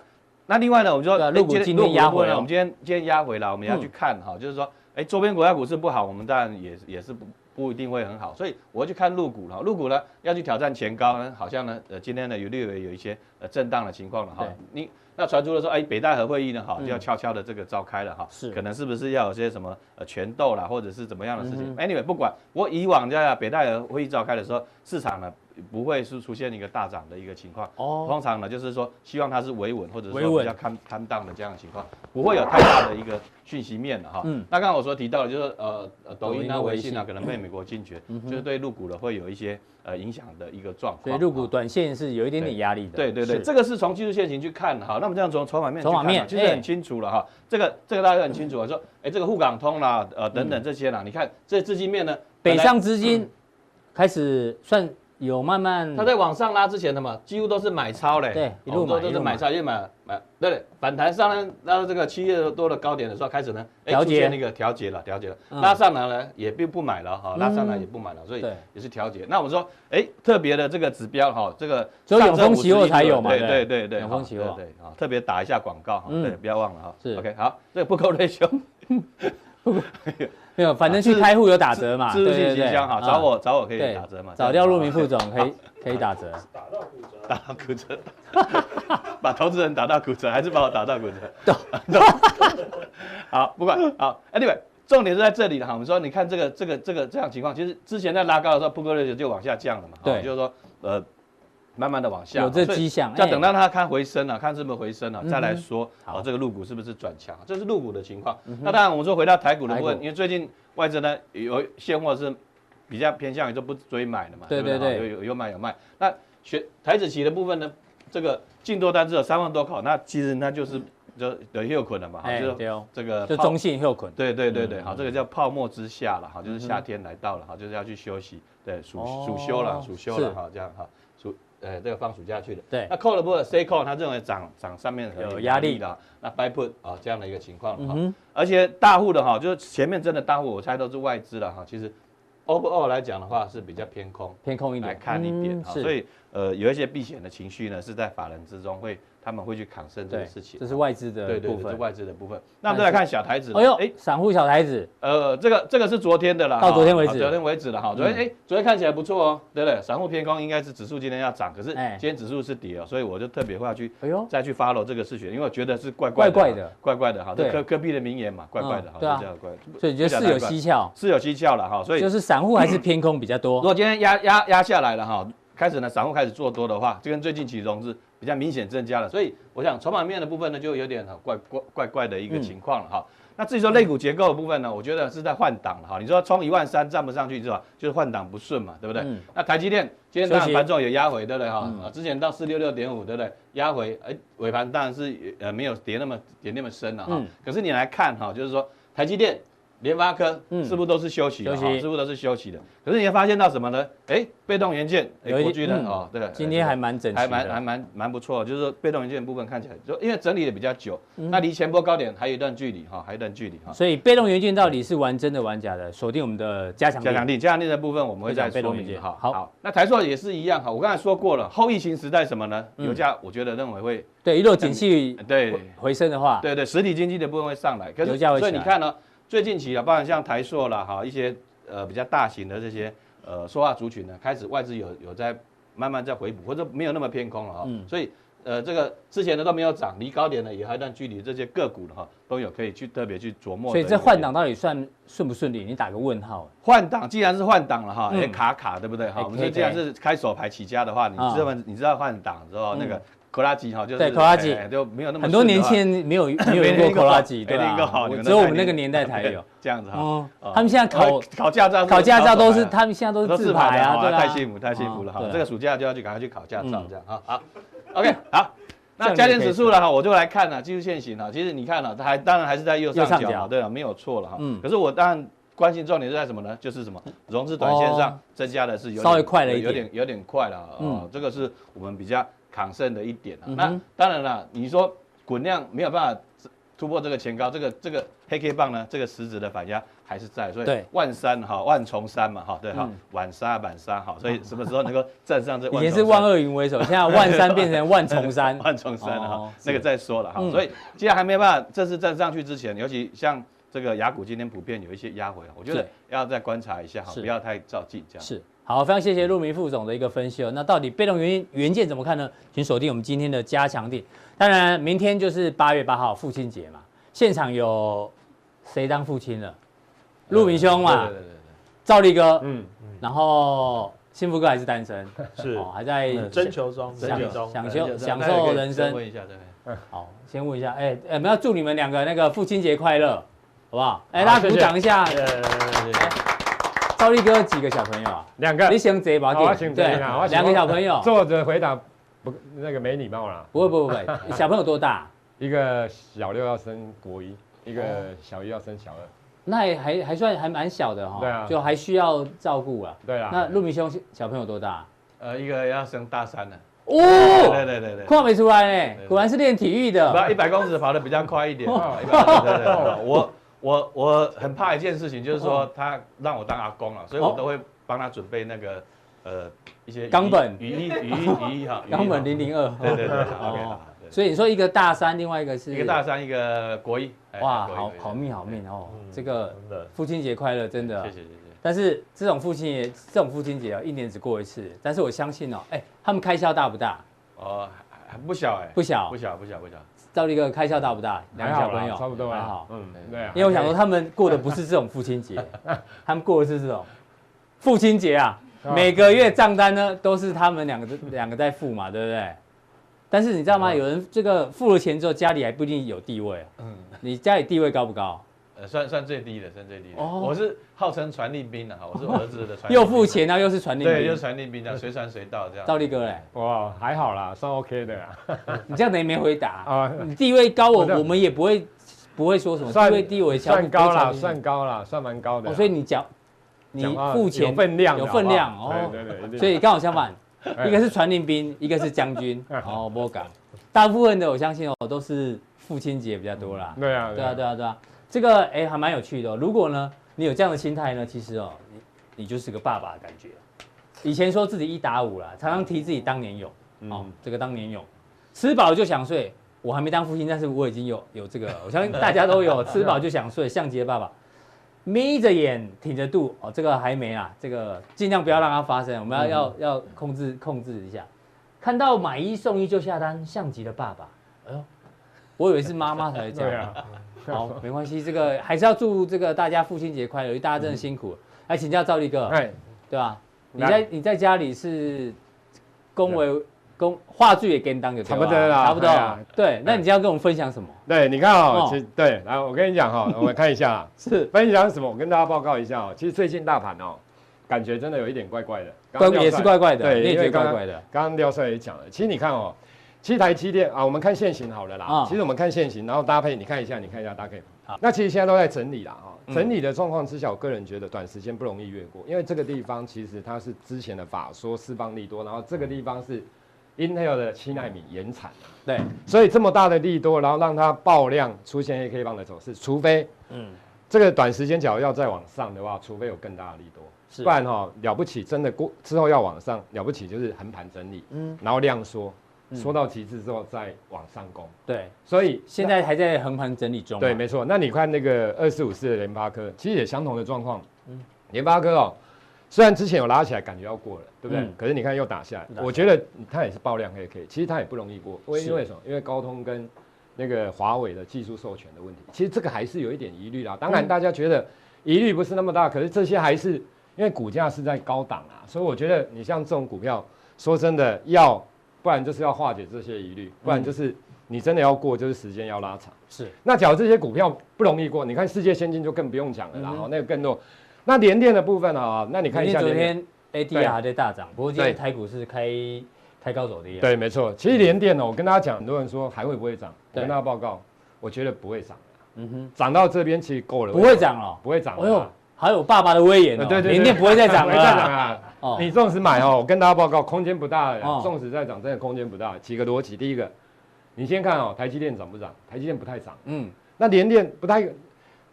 Speaker 3: 那另外呢，我们说
Speaker 2: 对啊
Speaker 3: 哎
Speaker 2: 陆股
Speaker 3: 今
Speaker 2: 今
Speaker 3: 陆
Speaker 2: 天
Speaker 3: 股
Speaker 2: 压
Speaker 3: 部分
Speaker 2: 回
Speaker 3: 呢
Speaker 2: 了
Speaker 3: 我们今天今天压回了，我们要去看哈，就是说，哎，周边国家股市不好，我们当然也也是不不一定会很好，所以我要去看陆股了。陆股呢要去挑战前高呢，好像呢，呃，今天呢有略微有一些呃震荡的情况了哈
Speaker 2: 对。嗯
Speaker 3: 你那传出了说，哎，北戴河会议呢，哈，就要悄悄的这个召开了哈，
Speaker 2: 是
Speaker 3: 可能是不是要有些什么呃权斗啦，或者是怎么样的事情、a
Speaker 2: 嗯
Speaker 3: n y w a y 不管，我以往在啊北戴河会议召开的时候，市场呢不会是出现一个大涨的一个情况，
Speaker 2: 哦
Speaker 3: 通常呢就是说希望它是维稳或者是
Speaker 2: 维
Speaker 3: 说
Speaker 2: 稳
Speaker 3: 比较看看档的这样的情况，不会有太大的一个讯息面了哈。
Speaker 2: 嗯
Speaker 3: 那刚刚我所提到的就是呃呃抖
Speaker 2: 抖音
Speaker 3: 音
Speaker 2: 啊
Speaker 3: 啊、
Speaker 2: 微
Speaker 3: 微信啊，
Speaker 2: 信嗯
Speaker 3: 可能被美国禁绝，就是对入股呢会有一些呃影响的一个状况。
Speaker 2: 所以入股
Speaker 3: 哈
Speaker 2: 短线是有一点点压力的。
Speaker 3: 对对对，
Speaker 2: 是
Speaker 3: 这个是从技术线型去看的哈。那我们这样从筹码面去
Speaker 2: 筹码
Speaker 3: 看啊，
Speaker 2: 面
Speaker 3: 其实
Speaker 2: 哎
Speaker 3: 很清楚了哈。这个这个大家都很清楚了，说哎这个沪港通啦，呃等等这些啦，你看这资金面呢，
Speaker 2: 北
Speaker 3: 本来
Speaker 2: 上资金开始算有慢慢，
Speaker 3: 它在往上拉之前的嘛，几乎都是买超
Speaker 2: 嗯
Speaker 3: 嘞，
Speaker 2: 对一路买
Speaker 3: 哦都
Speaker 2: 一路
Speaker 3: 都是
Speaker 2: 买
Speaker 3: 买超，越买买对反弹上呢，拉到这个七月多的高点的时候开始呢，哎
Speaker 2: 调
Speaker 3: 出
Speaker 2: 节
Speaker 3: 现那个调节了，调节了，
Speaker 2: 嗯
Speaker 3: 拉上来呢也并不买了哈，拉上来也不买了，所以
Speaker 2: 对
Speaker 3: 也是调节。那我们说，哎，特别的这个指标哈，这个
Speaker 2: 只有
Speaker 3: 上证
Speaker 2: 永丰期货
Speaker 3: 51
Speaker 2: 才有嘛
Speaker 3: 对
Speaker 2: 对
Speaker 3: 对对对，
Speaker 2: 永丰
Speaker 3: 好
Speaker 2: 期货
Speaker 3: 对啊，好特别打一下广告哈，
Speaker 2: 嗯
Speaker 3: 对，不要忘了哈。
Speaker 2: 是
Speaker 3: OK，好，这个不够瑞兄。
Speaker 2: 没有，反正去
Speaker 3: 自
Speaker 2: 开户有打折嘛，
Speaker 3: 自助
Speaker 2: 对
Speaker 3: 信
Speaker 2: 对
Speaker 3: 息
Speaker 2: 对啊
Speaker 3: 箱哈，找我找我可以
Speaker 2: 对
Speaker 3: 打折嘛，
Speaker 2: 找掉陆明副总可以可以打折。
Speaker 3: 打到骨折，把投资人打到骨折，还是把我打到骨折？ 好，不管好，Anyway，重点是在这里了哈。我们说，你看这个这个这个这样情况，其实之前在拉高的时候，不过瑞就往下降了嘛，
Speaker 2: 对
Speaker 3: 好就是说呃，慢慢的往下，
Speaker 2: 有这
Speaker 3: 所以
Speaker 2: 迹象
Speaker 3: 要
Speaker 2: 哎嗯
Speaker 3: 等到它看回升啊了，看是不是回升了，再来说
Speaker 2: 好嗯
Speaker 3: 啊，这个入股是不是转强，啊这是入股的情况。那当然，我们说回到台股的部
Speaker 2: 台
Speaker 3: 分，
Speaker 2: 股
Speaker 3: 因为最近外资呢有现货是比较偏向于就不追买的嘛，
Speaker 2: 对
Speaker 3: 对不
Speaker 2: 对
Speaker 3: 好
Speaker 2: 对
Speaker 3: 有有有买有卖。那选台子期的部分呢，这个净多单只有三万多口，那其实那就是就有诱捆了嘛，哈
Speaker 2: 哎，
Speaker 3: 就呃
Speaker 2: 对
Speaker 3: 是
Speaker 2: 哦，
Speaker 3: 这个
Speaker 2: 就
Speaker 3: 泡
Speaker 2: 中嗯性又捆，
Speaker 3: 对对对对，好，这个叫泡沫之下了，哈，就是夏天来到了，哈，就是要去休息，对，暑
Speaker 2: 嗯哦
Speaker 3: 暑休了，暑休
Speaker 2: 是
Speaker 3: 了，哈，这样哈，暑呃这个放暑假去了。
Speaker 2: 对
Speaker 3: 那 call 的部分 say call，他认为涨涨上面很
Speaker 2: 哎有
Speaker 3: 有
Speaker 2: 压
Speaker 3: 压
Speaker 2: 力
Speaker 3: 力的，那 buy put 啊这样的一个情况
Speaker 2: 嗯
Speaker 3: 哈
Speaker 2: 哼，
Speaker 3: 而且大户的哈，就是前面真的大户，我猜都是外资了哈，其实 overall 来讲的话是比较偏空。
Speaker 2: 偏空一点，
Speaker 3: 来看一点
Speaker 2: 嗯
Speaker 3: 哈，
Speaker 2: 是
Speaker 3: 所以呃有一些避险的情绪呢是在法人之中会他们会去抗胜这个
Speaker 2: 对
Speaker 3: 事，情
Speaker 2: 这，是外资的
Speaker 3: 对对
Speaker 2: 部
Speaker 3: 对，这
Speaker 2: 分。
Speaker 3: 外资的部分。那我们再来看小台子呢，
Speaker 2: 哎呦
Speaker 3: 哎，
Speaker 2: 散户小台子
Speaker 3: 呃，这个这个是昨天的啦，
Speaker 2: 到
Speaker 3: 哈
Speaker 2: 昨天为止嗯
Speaker 3: 啊昨天为止了哈。昨天哎、昨天看起来不错哦，对不对？散户偏空应该是指数今天要涨，可是
Speaker 2: 哎
Speaker 3: 今天指数是跌哦，所以我就特别会要去
Speaker 2: 哎呦
Speaker 3: 再去 follow 这个事情，因为我觉得是怪
Speaker 2: 怪怪
Speaker 3: 怪
Speaker 2: 的
Speaker 3: 的，啊怪怪的哈。
Speaker 2: 对
Speaker 3: 这科科比的名言嘛，怪怪的哈，
Speaker 2: 嗯
Speaker 3: 就
Speaker 2: 对啊
Speaker 3: 这样怪。
Speaker 2: 所以你觉得
Speaker 3: 不
Speaker 2: 事有
Speaker 3: 不讲
Speaker 2: 蹊跷，
Speaker 3: 是有蹊跷了哈，所以
Speaker 2: 就是散户还 是偏空比较
Speaker 3: 如
Speaker 2: 多。
Speaker 3: 果今天压压压下来了哈，开始呢散户开始做多的话，就跟最近期融资比较明显增加了，所以我想筹码面的部分呢就有点啊怪怪怪怪的一个情况了哈。那至于说类股结构的部分呢，我觉得是在换挡了哈。你说冲一万三站不上去之后，就是换挡不顺嘛，对不对？
Speaker 2: 嗯
Speaker 3: 那台积电今天当
Speaker 2: 休
Speaker 3: 然
Speaker 2: 息
Speaker 3: 盘中也压回，对不对哈？啊之前到四六六点五，对不对？压回，哎、尾盘当然是呃没有跌那么跌那么深了哈。
Speaker 2: 嗯
Speaker 3: 可是你来看哈，就是说台积电、联发科，
Speaker 2: 嗯
Speaker 3: 是不是都是休息的？
Speaker 2: 休息
Speaker 3: 哈是不是都是休息的？可是你会发现到什么呢？哎，被动元件，哎，
Speaker 2: 有一
Speaker 3: 国巨呢
Speaker 2: 嗯？
Speaker 3: 哦，对，
Speaker 2: 今天
Speaker 3: 哎
Speaker 2: 还蛮整齐的，
Speaker 3: 还蛮还蛮蛮不错，就是说被动元件的部分看起来，就因为整理的比较久，
Speaker 2: 嗯
Speaker 3: 那离前波高点还有一段距离哈，还有一段距离哈。
Speaker 2: 所以被动元件到底是玩真的玩假的？锁定我们的加强
Speaker 3: 加强
Speaker 2: 力。
Speaker 3: 力，加强力的部分我们会再
Speaker 2: 非常
Speaker 3: 说
Speaker 2: 被动理解
Speaker 3: 明哈。
Speaker 2: 好
Speaker 3: 那台塑也是一样哈，我刚才说过了，后疫情时代什么呢？
Speaker 2: 嗯
Speaker 3: 油价我觉得认为会
Speaker 2: 对，一路景气
Speaker 3: 对
Speaker 2: 回升的话，
Speaker 3: 对对，实体经济的部分会上来，可
Speaker 2: 油
Speaker 3: 是
Speaker 2: 价会起
Speaker 3: 所
Speaker 2: 来
Speaker 3: 以你看呢，最近期啊，包含像台塑啦哈，一些呃比较大型的这些呃说话族群呢，开始外资有有在慢慢在回补，或者没有那么偏空了哈、
Speaker 2: 嗯
Speaker 3: 所以呃这个之前的都没有涨，离高点呢也还有一段距离，这些个股的哈都有可以去特别去琢磨的
Speaker 2: 所
Speaker 3: 一
Speaker 2: 以
Speaker 3: 个点。
Speaker 2: 这换挡到底算顺不顺利？你打个问号。
Speaker 3: 换挡，既然是换挡了哈，
Speaker 2: 嗯
Speaker 3: 也卡卡对不对哈？
Speaker 2: 哎
Speaker 3: 我们
Speaker 2: 可以
Speaker 3: 说既然是开手牌起家的话，你
Speaker 2: 啊嗯
Speaker 3: 知道你知道换挡之后那个克拉吉哈就是
Speaker 2: 对，Kolaji
Speaker 3: 哎就没有那么
Speaker 2: 很多
Speaker 3: 顺的
Speaker 2: 年
Speaker 3: 话
Speaker 2: 轻人没 有 没有用
Speaker 3: 没
Speaker 2: 过
Speaker 3: 听
Speaker 2: 拖
Speaker 3: 过
Speaker 2: 拉机，
Speaker 3: 没
Speaker 2: 对
Speaker 3: 听过
Speaker 2: 吧？
Speaker 3: 好
Speaker 2: 我
Speaker 3: 你们
Speaker 2: 只有我们
Speaker 3: 那
Speaker 2: 那
Speaker 3: 个
Speaker 2: 个年代才 有。
Speaker 3: 这样子哈。
Speaker 2: 哦
Speaker 3: 啊，
Speaker 2: 他们现在考
Speaker 3: 呃考驾照，
Speaker 2: 考驾照都是，
Speaker 3: 考手牌啊
Speaker 2: 他们现在都是
Speaker 3: 都
Speaker 2: 自
Speaker 3: 自
Speaker 2: 排
Speaker 3: 排
Speaker 2: 啊，对
Speaker 3: 啊，
Speaker 2: 吧？
Speaker 3: 太幸福太幸福了哈
Speaker 2: 哦！
Speaker 3: 这
Speaker 2: 对
Speaker 3: 个暑假就要去赶快去考驾照
Speaker 2: 嗯
Speaker 3: 这样哈。好，OK，好。那
Speaker 2: 这
Speaker 3: 加
Speaker 2: 样就
Speaker 3: 权
Speaker 2: 可以
Speaker 3: 指数了哈，我就来看了技术线型了。其实你看了，它还当然还是在右上
Speaker 2: 右上
Speaker 3: 角
Speaker 2: 角
Speaker 3: 嘛，对啊，没有错了哈
Speaker 2: 嗯。
Speaker 3: 可是我当然关心重点是在什么呢？就是什么融资短线上增加的是有点
Speaker 2: 哦稍微快了一
Speaker 3: 有有
Speaker 2: 点
Speaker 3: 点有点快了
Speaker 2: 嗯
Speaker 3: 哦，这个是我们比较抗胜的一点啊。
Speaker 2: 嗯
Speaker 3: 那
Speaker 2: 哼
Speaker 3: 当然了，你说滚量没有办法突破这个前高，这个这个黑 K 棒呢，这个实质的反压还是在，所以
Speaker 2: 对
Speaker 3: 万山哈，万重山嘛哈，对哈
Speaker 2: 嗯，
Speaker 3: 晚沙晚沙哈，所以什么时候能够站 上这
Speaker 2: 以
Speaker 3: 万重山？
Speaker 2: 前是万恶云为首，现在万山变成万重山。
Speaker 3: 万重山
Speaker 2: 哦
Speaker 3: 哈，
Speaker 2: 是
Speaker 3: 那个再说了哈
Speaker 2: 嗯。
Speaker 3: 所以既然还没办法正式站上去之前，尤其像这个雅股今天普遍有一些压回，我觉得
Speaker 2: 对
Speaker 3: 要再观察一下哈，
Speaker 2: 是
Speaker 3: 不要太照进这样。
Speaker 2: 是，好，非常谢谢陆明副总的一个分析哦。那到底被动元元件怎么看呢？请锁定我们今天的加强点。当然，明天就是八月八号父亲节嘛，现场有谁当父亲了？陆明兄嘛
Speaker 3: 对，对对
Speaker 2: 赵力哥，
Speaker 4: 嗯，
Speaker 2: 然后幸福哥还是单身，
Speaker 4: 是
Speaker 2: 哦，还在
Speaker 4: 征求中，
Speaker 2: 享
Speaker 4: 征求中，
Speaker 2: 享
Speaker 3: 对
Speaker 2: 受
Speaker 3: 对
Speaker 2: 享
Speaker 3: 大家可
Speaker 2: 受
Speaker 3: 以
Speaker 2: 人
Speaker 3: 再
Speaker 2: 生。
Speaker 3: 问一下对。
Speaker 2: 嗯好，先问一下，哎、哎，我们要祝你们两个那个父亲节快乐，好不好？哎、
Speaker 4: 好
Speaker 2: 大家
Speaker 4: 谢
Speaker 2: 鼓
Speaker 4: 谢
Speaker 2: 掌一下。
Speaker 4: 呃，
Speaker 2: 赵力哥几个小朋友啊？
Speaker 4: 两个
Speaker 2: 你，先坐吧，
Speaker 4: 好我先坐
Speaker 2: 对
Speaker 4: 啦我，先
Speaker 2: 两个小朋友。
Speaker 4: 坐着回答不那个没礼貌啦。
Speaker 2: 不会不会不会，小朋友多大？
Speaker 4: 一个小六要升国一，一个小一要升小二，
Speaker 2: 那也还还算还蛮小的哈、
Speaker 4: 对啊
Speaker 2: 就还需要照顾啊。
Speaker 4: 对啦。
Speaker 2: 那陆明兄小朋友多大？
Speaker 3: 呃，一个要升大三了，对
Speaker 2: 哦，
Speaker 3: 对对对。
Speaker 2: 跨没出来
Speaker 3: 对
Speaker 2: 呢，
Speaker 3: 对
Speaker 2: 果然是练体育
Speaker 3: 不，
Speaker 2: 的。
Speaker 3: 一百公尺跑得比较 快一点。
Speaker 4: 哦
Speaker 3: 对对对
Speaker 2: 哦
Speaker 3: 我我我很怕一件事情，就是说他让我当阿公了，
Speaker 2: 哦
Speaker 3: 所以我都会帮他准备那个呃一些雨衣
Speaker 2: 冈本
Speaker 3: 雨衣雨衣雨衣哈，雨衣
Speaker 2: 冈本零。零二，
Speaker 3: 对对对好，OK，
Speaker 2: 哦
Speaker 3: 好，对
Speaker 2: 所以你说一个大三，另外一个是
Speaker 3: 一个大三，一个国一。哎
Speaker 2: 哇，
Speaker 3: 国一
Speaker 2: 好
Speaker 3: 国一
Speaker 2: 好命好命哦，这个
Speaker 4: 真的
Speaker 2: 父亲节快乐，真的啊
Speaker 3: 谢。谢谢谢。
Speaker 2: 但是这种父亲节，这种父亲节啊，一年只过一次。但是我相信哦，哎，他们开销大不大？
Speaker 3: 哦，还还不小哎，
Speaker 2: 不小
Speaker 3: 不。小不小不小。
Speaker 2: 赵力哥开销大不大？两
Speaker 4: 还
Speaker 2: 个
Speaker 4: 好
Speaker 2: 小
Speaker 4: 啦
Speaker 2: 朋友
Speaker 4: 差不多
Speaker 2: 还
Speaker 4: 啦
Speaker 2: 好。
Speaker 4: 嗯，对啊。
Speaker 2: 因为我想说，他们过的不是这种父亲节，他们过的是这种父亲节啊。
Speaker 4: 啊
Speaker 2: 每个月账单呢都是他们两个两个在付嘛，对不对？但是你知道吗？有人这个付了钱之后，家里还不一定有地位啊。你家里地位高不高？
Speaker 3: 呃，算算最低的，算最低的。
Speaker 2: 哦
Speaker 3: 我是号称传令兵啊的哈，我是我儿子的传令兵。 啊
Speaker 2: 又付钱，然后又是传令
Speaker 3: 对，又
Speaker 2: 兵
Speaker 3: 是。传令兵的，啊随传随到这样。
Speaker 2: 赵力哥嘞，
Speaker 4: 哇，还好啦，算 OK 的 啦。
Speaker 2: 你这样等于没回答。
Speaker 4: 啊，
Speaker 2: 你地位高，我
Speaker 4: 不是
Speaker 2: 我们也不会不会说什么
Speaker 4: 算
Speaker 2: 地位低，我也瞧不
Speaker 4: 算高啦，
Speaker 2: 了，
Speaker 4: 算高啦，算蛮高的
Speaker 2: 哦
Speaker 4: 啦。
Speaker 2: 所以你讲你
Speaker 4: 讲话
Speaker 2: 付钱
Speaker 4: 有分量的，
Speaker 2: 有分量
Speaker 4: 好不好
Speaker 2: 哦。
Speaker 4: 对对对一定，
Speaker 2: 所以刚好相反，
Speaker 4: 哎嗯
Speaker 2: 一个是传令兵，一个是将 军。哦，波港，大部分的我相信哦，都是父亲节比较多啦。
Speaker 4: 对啊
Speaker 2: 对啊，对啊，对啊，这个哎还蛮有趣的哦。如果呢，你有这样的心态呢，其实哦，你你就是个爸爸的感觉。以前说自己一打五啦，常常提自己当年勇
Speaker 4: 嗯
Speaker 2: 哦，这个当年勇，吃饱就想睡。我还没当父亲，但是我已经有有这个，我 相信大家都有，吃饱就想睡，像极了爸爸。眯着眼，挺着肚，哦，这个还没啊，这个尽量不要让它发生，我
Speaker 4: 嗯
Speaker 2: 们要、要要控制控制一下。看到买一送一就下单，像极了爸爸。哎呦，我以为是妈妈才会这
Speaker 4: 对
Speaker 2: 样。
Speaker 4: 啊，
Speaker 2: 好，没关系，这个还是要祝这个大家父亲节快乐，因为大家真的辛苦了。来请教赵力哥，
Speaker 4: 嗯哎，
Speaker 2: 对吧？你
Speaker 4: 来
Speaker 2: 在你在家里是恭维恭话剧也给你当个
Speaker 4: 差不多啦
Speaker 2: 差不多
Speaker 4: 哎呀。
Speaker 2: 对，那你今天要跟我们分享什么？
Speaker 4: 对，你看
Speaker 2: 哦
Speaker 4: 哦，其实对，来，我跟你讲 哈，我看一下啊。
Speaker 2: 是
Speaker 4: 分享什么？我跟大家报告一下哦。其实最近大盘哦，感觉真的有一点怪怪的，刚
Speaker 2: 怪
Speaker 4: 刚廖
Speaker 2: 也是
Speaker 4: 帅
Speaker 2: 怪怪的，
Speaker 4: 对，
Speaker 2: 你也
Speaker 4: 因
Speaker 2: 觉
Speaker 4: 为
Speaker 2: 得
Speaker 4: 刚
Speaker 2: 怪
Speaker 4: 刚
Speaker 2: 怪的。
Speaker 4: 刚刚廖帅也讲了，其实你看哦，七台七电啊，我们看现行好了啦。
Speaker 2: 啊
Speaker 4: 其实我们看现行，然后搭配，你看一下，你看一下，大家可以那其实现在都在整理啦，
Speaker 2: 嗯
Speaker 4: 哈，整理的状况之下，我个人觉得短时间不容易越过，因为这个地方其实它是之前的法说释放利多，然后这个地方是 Intel 的七纳米延产，
Speaker 2: 对，
Speaker 4: 所以这么大的利多，然后让它爆量出现 A K 棒的走势，除非
Speaker 2: 嗯，
Speaker 4: 这个短时间假如要再往上的话，除非有更大的利多，
Speaker 2: 是
Speaker 4: 不然哈、了不起真的过之后要往上，了不起就是横盘整理，
Speaker 2: 嗯
Speaker 4: 嗯，然后量缩，缩到极致之后再往上攻，
Speaker 2: 对，
Speaker 4: 所以
Speaker 2: 现在还在横盘整理中嘛，啊
Speaker 4: 对，没错。那你看那个二四五四的联发科，其实也相同的状况。
Speaker 2: 嗯
Speaker 4: 联发科哦，虽然之前有拉起来，感觉要过了，对不对？
Speaker 2: 嗯
Speaker 4: 可是你看又打下来
Speaker 2: 打，下来
Speaker 4: 我觉得它也是爆量可以可以，其实它也不容易过，为
Speaker 2: 是
Speaker 4: 因为什么？因为高通跟那个华为的技术授权的问题，其实这个还是有一点疑虑啦。当
Speaker 2: 嗯
Speaker 4: 然，大家觉得疑虑不是那么大，可是这些还是因为股价是在高档啊，所以我觉得你像这种股票，说真的要，不然就是要化解这些疑虑，不
Speaker 2: 嗯
Speaker 4: 然就是你真的要过，就是时间要拉长。
Speaker 2: 是
Speaker 4: 那假如这些股票不容易过，你看世界先进就更不用讲了
Speaker 2: 嗯
Speaker 4: 啦，然哦后、那个更弱。那联电的部分啊，那你看一下
Speaker 2: 昨
Speaker 4: 联电，
Speaker 2: 天 ADR 还在大涨，不过今天
Speaker 4: 对
Speaker 2: 台股是开开高走低啊，
Speaker 4: 对，没错。其实联电呢，我跟大家讲，很多人说还会不会涨？我
Speaker 2: 对
Speaker 4: 跟大家报告，我觉得不会涨，
Speaker 2: 嗯哼，
Speaker 4: 涨到这边其实够了，
Speaker 2: 不会涨了，
Speaker 4: 不会涨了
Speaker 2: 哎
Speaker 4: 啦。
Speaker 2: 呦，好有爸爸的威严
Speaker 4: 呃
Speaker 2: 哦，
Speaker 4: 对对对，
Speaker 2: 明天不会再涨
Speaker 4: 不
Speaker 2: 了
Speaker 4: 会再涨
Speaker 2: 啦，
Speaker 4: 啊！
Speaker 2: 哦
Speaker 4: 你纵使买哦，我跟大家报告，空间不大了
Speaker 2: 哦
Speaker 4: 啦。纵使再涨，真的空间不大。几个逻辑，第一个，你先看哦，台积电涨不涨？台积电不太涨。
Speaker 2: 嗯，
Speaker 4: 那连电不太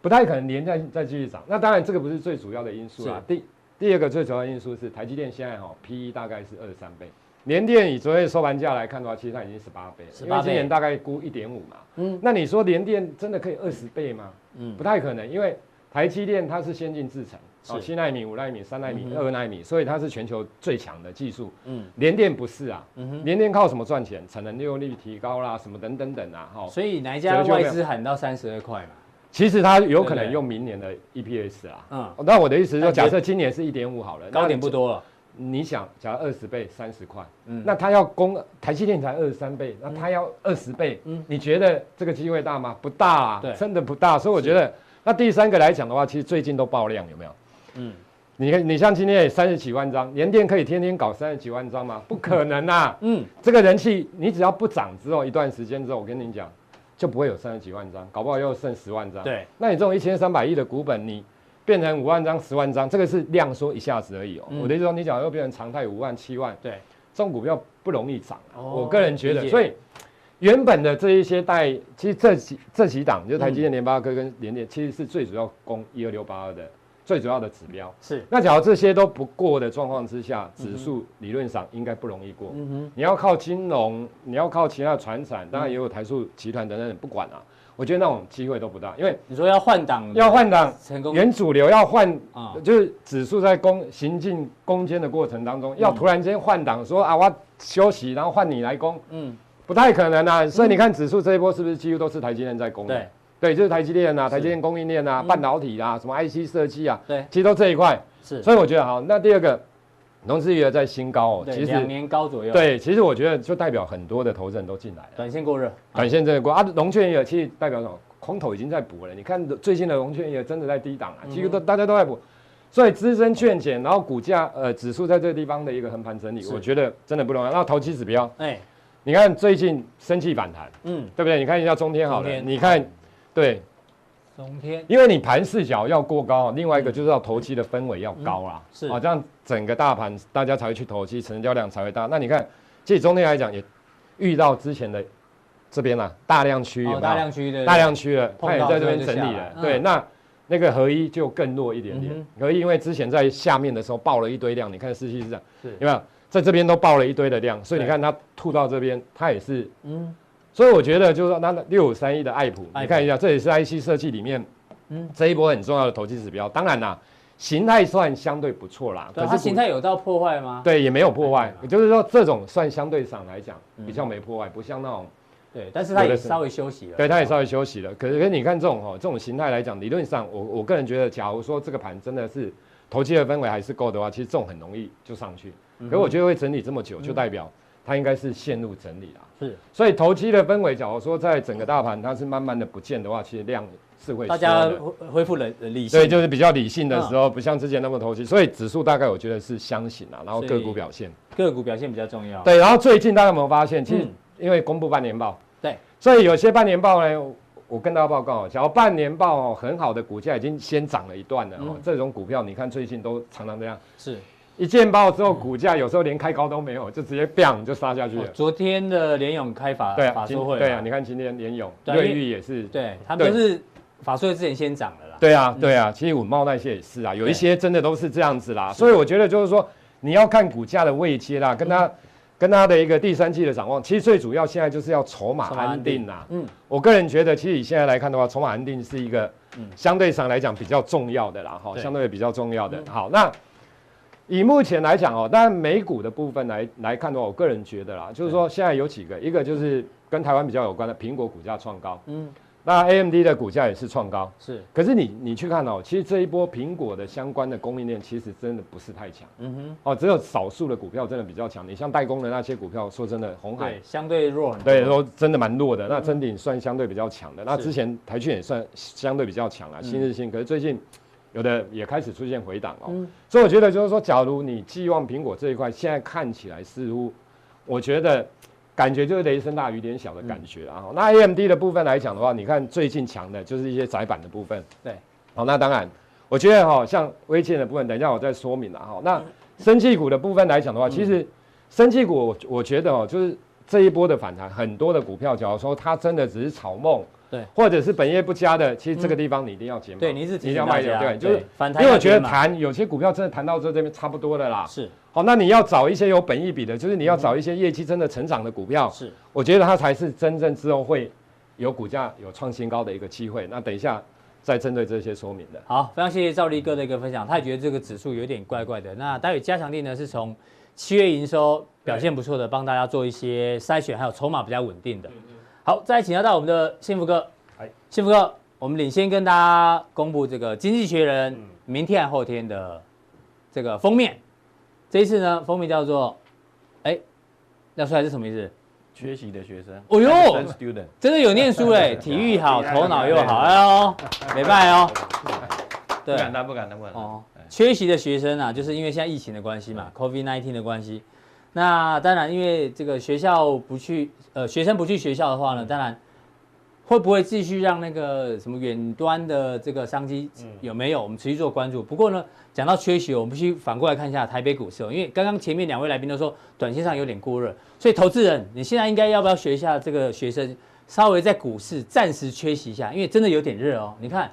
Speaker 4: 不太可能连再再继续涨。那当然这个不是最主要的因素啊。第第二个最主要的因素是台积电现在哈、P E 大概是二十三倍，联电以昨天收盘价来看的话，其实它已经十八倍了，因
Speaker 2: 18
Speaker 4: 为
Speaker 2: 倍
Speaker 4: 今年大概估一点五嘛。
Speaker 2: 嗯
Speaker 4: 嗯，那你说联电真的可以二十倍吗？
Speaker 2: 嗯
Speaker 4: 嗯，不太可能，因为台积电它是先进制程。哦，
Speaker 2: 是
Speaker 4: 七纳米、五纳米、三纳米
Speaker 2: 嗯、哼
Speaker 4: 二纳米，所以它是全球最强的技术。
Speaker 2: 嗯
Speaker 4: 嗯，联电不是啊，
Speaker 2: 嗯哼
Speaker 4: 联电靠什么赚钱？产能利用率提高啦，什么等等等啊，哈、
Speaker 2: 所以哪一家
Speaker 4: 折旧
Speaker 2: 外
Speaker 4: 量
Speaker 2: 资喊到三十二块嘛？
Speaker 4: 其实它有
Speaker 2: 对不
Speaker 4: 可
Speaker 2: 对
Speaker 4: 能用明年的 EPS 啦。
Speaker 2: 嗯
Speaker 4: 嗯，那我的意思是
Speaker 2: 那
Speaker 4: 说，
Speaker 2: 你觉得
Speaker 4: 假设今年是一点五好了，
Speaker 2: 嗯高点不
Speaker 4: 那
Speaker 2: 多了，嗯
Speaker 4: 你。你想，假如二十倍三十块，那它要供台积电才二十三倍，那它要二十倍，你觉得这个机会大吗？不大啊
Speaker 2: 嗯对，
Speaker 4: 真的不大。所以我觉得，那第三个来讲的话，其实最近都爆量，有没有？
Speaker 2: 嗯
Speaker 4: 嗯。你看，你像今天也三十几万张，联电可以天天搞三十几万张吗？不可能啊！
Speaker 2: 嗯，
Speaker 4: 这个人气，你只要不涨之后一段时间之后，我跟你讲，就不会有三十几万张，搞不好又剩十万张。
Speaker 2: 对，
Speaker 4: 那你这种一千三百亿的股本，你变成五万张、十万张，这个是量缩一下子而已哦。
Speaker 2: 嗯
Speaker 4: 我的意思说，你假如又变成常态五万、七万，
Speaker 2: 对，
Speaker 4: 这种股票不容易涨、啊。
Speaker 2: 哦
Speaker 4: 我个人觉
Speaker 2: 理
Speaker 4: 得，
Speaker 2: 解
Speaker 4: 所以原本的这一些带，其实这几这几档，就是台
Speaker 2: 嗯
Speaker 4: 积电、联发科跟联电，其实是最主要攻一二六八二的最主要的指标。
Speaker 2: 是，
Speaker 4: 那假如这些都不过的状况之下，指数理论上应该不容易过。
Speaker 2: 嗯
Speaker 4: 你要靠金融，你要靠其他的船产，当然也有台塑集团等等，不管啊，我觉得那种机会都不大，因为
Speaker 2: 哼，你说要换挡，
Speaker 4: 要换挡，
Speaker 2: 成功，
Speaker 4: 原主流要换
Speaker 2: 啊
Speaker 4: 就是指数在攻行进攻坚的过程当中，要
Speaker 2: 嗯
Speaker 4: 突然间换挡，说啊我要休息，然后换你来攻，
Speaker 2: 嗯，
Speaker 4: 不太可能啊。所以你看指数这一波是不是几乎都是台积电在攻？
Speaker 2: 对，嗯
Speaker 4: 对，就是台积电啊，台积电供应链啊，半导体啊，什么 IC 设计啊，
Speaker 2: 对，
Speaker 4: 其实都这一块。
Speaker 2: 是，
Speaker 4: 所以我觉得好，那第二个，融资余额在新高哦，
Speaker 2: 对，
Speaker 4: 其
Speaker 2: 两
Speaker 4: 实
Speaker 2: 年高左右，，
Speaker 4: 对，其实我觉得就代表很多的投资人都进来了。
Speaker 2: 短线过热，
Speaker 4: 短线真的过啊，融券也其实代表什么？空头已经在补了。你看最近的融券也真的在低档
Speaker 2: 嗯
Speaker 4: 啊，几乎都大家都在补，所以资深券减，然后股价呃指数在这个地方的一个横盘整理，
Speaker 2: 是
Speaker 4: 我觉得真的不容易。那投机指标，
Speaker 2: 哎，
Speaker 4: 你看最近升气反弹，
Speaker 2: 嗯，
Speaker 4: 对不对？你看一下中天好
Speaker 2: 中
Speaker 4: 了，
Speaker 2: 天
Speaker 4: 你看对，
Speaker 2: 中天
Speaker 4: 因为你盘视角要过高，另外一个就是要投机的氛围要高啦，
Speaker 2: 嗯是
Speaker 4: 啊，这样整个大盘大家才会去投机，成交量才会大。那你看，其实中天来讲也遇到之前的这边啦、大量区有没
Speaker 2: 哦，
Speaker 4: 有？
Speaker 2: 大量区的
Speaker 4: 大量区了，
Speaker 2: 碰
Speaker 4: 它也
Speaker 2: 到
Speaker 4: 在
Speaker 2: 之
Speaker 4: 这
Speaker 2: 后
Speaker 4: 边
Speaker 2: 就
Speaker 4: 整
Speaker 2: 下
Speaker 4: 理
Speaker 2: 来
Speaker 4: 了
Speaker 2: 嗯。
Speaker 4: 对，那那个合一就更弱一点
Speaker 2: 嗯
Speaker 4: 点。合一因为之前在下面的时候爆了一堆量，你看四七市场
Speaker 2: 是
Speaker 4: 有没有在这边都爆了一堆的量，所以你
Speaker 2: 对
Speaker 4: 看它吐到这边，它也是
Speaker 2: 嗯
Speaker 4: 嗯。所以我觉得就是说，那六五三一的爱普，
Speaker 2: 爱普
Speaker 4: 你看一下，这也是 IC 设计里面
Speaker 2: 嗯
Speaker 4: 这一波很重要的投机指标。当然啦，形态算相对不错啦，
Speaker 2: 对，它
Speaker 4: 股
Speaker 2: 形态有哎到破坏吗？
Speaker 4: 啊对也没有破
Speaker 2: 还
Speaker 4: 坏
Speaker 2: 好，
Speaker 4: 也就是说这种算相对上来讲
Speaker 2: 嗯
Speaker 4: 比较没破坏，不像那种
Speaker 2: 对，但是它
Speaker 4: 有
Speaker 2: 也
Speaker 4: 的是
Speaker 2: 稍微休息了，哦
Speaker 4: 对，它也稍微休息了。可是，可是你看这种哦，这种形态来讲，理论上，我我个人觉得，假如说这个盘真的是投机的氛围还是够的话，其实这种很容易就上去。
Speaker 2: 嗯
Speaker 4: 可是我觉得会整理这么久，就代表它应该是陷入整理啦。
Speaker 2: 是，
Speaker 4: 所以投机的氛围，假如说在整个大盘它是慢慢的不见的话，其实量是会
Speaker 2: 大
Speaker 4: 缩的
Speaker 2: 家恢恢复了呃理性，嗯
Speaker 4: 对，就是比较理性的时候，不像之前那么投机，所以指数大概我觉得是相信啦，然后
Speaker 2: 所
Speaker 4: 个
Speaker 2: 以
Speaker 4: 股表现。
Speaker 2: 个股表现比较重要，
Speaker 4: 对，然后最近大家有没有发现，其实
Speaker 2: 嗯
Speaker 4: 因为公布半年报，
Speaker 2: 对，
Speaker 4: 所以有些半年报呢，我跟大家报告哦，假如半年报哦很好的股价已经先涨了一段了哦，
Speaker 2: 嗯
Speaker 4: 这种股票你看最近都常常这样，
Speaker 2: 是、
Speaker 4: 一见报之后股价有时候连开高都没有，就直接 bang 就杀下去
Speaker 2: 嗯哦
Speaker 4: 了。
Speaker 2: 昨天的联勇开法
Speaker 4: 对啊，
Speaker 2: 法
Speaker 4: 今
Speaker 2: 说会嘛，
Speaker 4: 对啊，你看今天联勇、
Speaker 2: 对啊
Speaker 4: 瑞
Speaker 2: 因为
Speaker 4: 昱也是，
Speaker 2: 对他们都是法说会之前先涨了啦。
Speaker 4: 对啊，对
Speaker 2: 嗯
Speaker 4: 啊，其实五茂那些也是啊，有一些真的都是这样子啦，所以我觉得就是说，你要看股价的位阶啦，跟
Speaker 2: 嗯
Speaker 4: 它、跟它的一个第三季的展望，其实最主要现在就是要筹码
Speaker 2: 筹码
Speaker 4: 安
Speaker 2: 安定
Speaker 4: 定啦。
Speaker 2: 嗯，
Speaker 4: 我个人觉得，其实以现在来看的话，筹码安定是一个相对上来讲比较重要的啦，哈，
Speaker 2: 嗯对嗯
Speaker 4: 相对比较重要的。好，那以目前来讲哦，当然美股的部分来来看的话，我个人觉得啦，就是说现在有几个，一个就是跟台湾比较有关的，苹果股价创高，
Speaker 2: 嗯，
Speaker 4: 那 AMD 的股价也是创高。
Speaker 2: 是，
Speaker 4: 可是你你去看哦，其实这一波苹果的相关的供应链其实真的不是太强
Speaker 2: 嗯哼，
Speaker 4: 哦，只有少数的股票真的比较强。你像代工的那些股票，说真的，红海
Speaker 2: 对，相对弱很多。嗯
Speaker 4: 对都真的蛮弱的。那真鼎算相对比较强的，那
Speaker 2: 是嗯
Speaker 4: 之前台骏也算相对比较强了，啊新日新。可是最近有的也开始出现回档哦，
Speaker 2: 嗯
Speaker 4: 所以我觉得就是说，假如你寄望苹果这一块，现在看起来似乎，我觉得。感觉就是雷声大雨点小的感觉啊。哦那 AMD 的部分来讲的话，你看最近强的就是一些窄板的部分，
Speaker 2: 对，
Speaker 4: 好，那当然，我觉得哈、像微建的部分，等一下我再说明了哈、那生技股的部分来讲的话，其实生技股我我觉得哦，就是这一波的反弹，很多的股票，假如说它真的只是炒梦，
Speaker 2: 对
Speaker 4: 或者是本业不佳的，其实这个地嗯方你一定要减码、
Speaker 2: 对，你是提
Speaker 4: 一定要
Speaker 2: 醒
Speaker 4: 卖
Speaker 2: 大
Speaker 4: 掉，
Speaker 2: 家，
Speaker 4: 对，就是。
Speaker 2: 反
Speaker 4: 因
Speaker 2: 弹
Speaker 4: 为我
Speaker 2: 要
Speaker 4: 觉得
Speaker 2: 减码
Speaker 4: 谈有些股票真的谈到这这边差不多了啦。
Speaker 2: 是
Speaker 4: 好，那你要找一些有本益比的，就是你要找一些业绩真的成长的股票。
Speaker 2: 是
Speaker 4: 我觉得它才是真正之后会有股价有创新高的一个机会。那等一下再针对这些说明的。
Speaker 2: 好，非常谢谢赵力哥的一个分享，他也觉得这个指数有点怪怪的。那待会加强力呢是从七月营收表现不错的，帮大家做一些筛选，还有筹码比较稳定的。好，再请教到我们的幸福哥
Speaker 5: 哎，
Speaker 2: 幸福哥，我们领先跟大家公布这个《经济学人》明天还后天的这个封面，这一次呢封面叫做，哎，廖帅是什么意思？
Speaker 3: 缺席的学生。啊
Speaker 2: 哦哟
Speaker 3: Absent，student，
Speaker 2: 真的有念书哎，体育好，头脑又好，哎呦，没拜哦，
Speaker 3: 不
Speaker 2: 对。
Speaker 3: 敢当，不敢当，不敢当
Speaker 2: 哦。，缺席的学生啊，就是因为现在疫情的关系嘛，COVID-19 的关系。那当然，因为这个学校不去，呃，学生不去学校的话呢，当然会不会继续让那个什么远端的这个商机有没有？我们持续做关注。不过呢，讲到缺席，我们必须反过来看一下台北股市哦，因为刚刚前面两位来宾都说短线上有点过热，所以投资人你现在应该要不要学一下这个学生，稍微在股市暂时缺席一下，因为真的有点热哦。你看。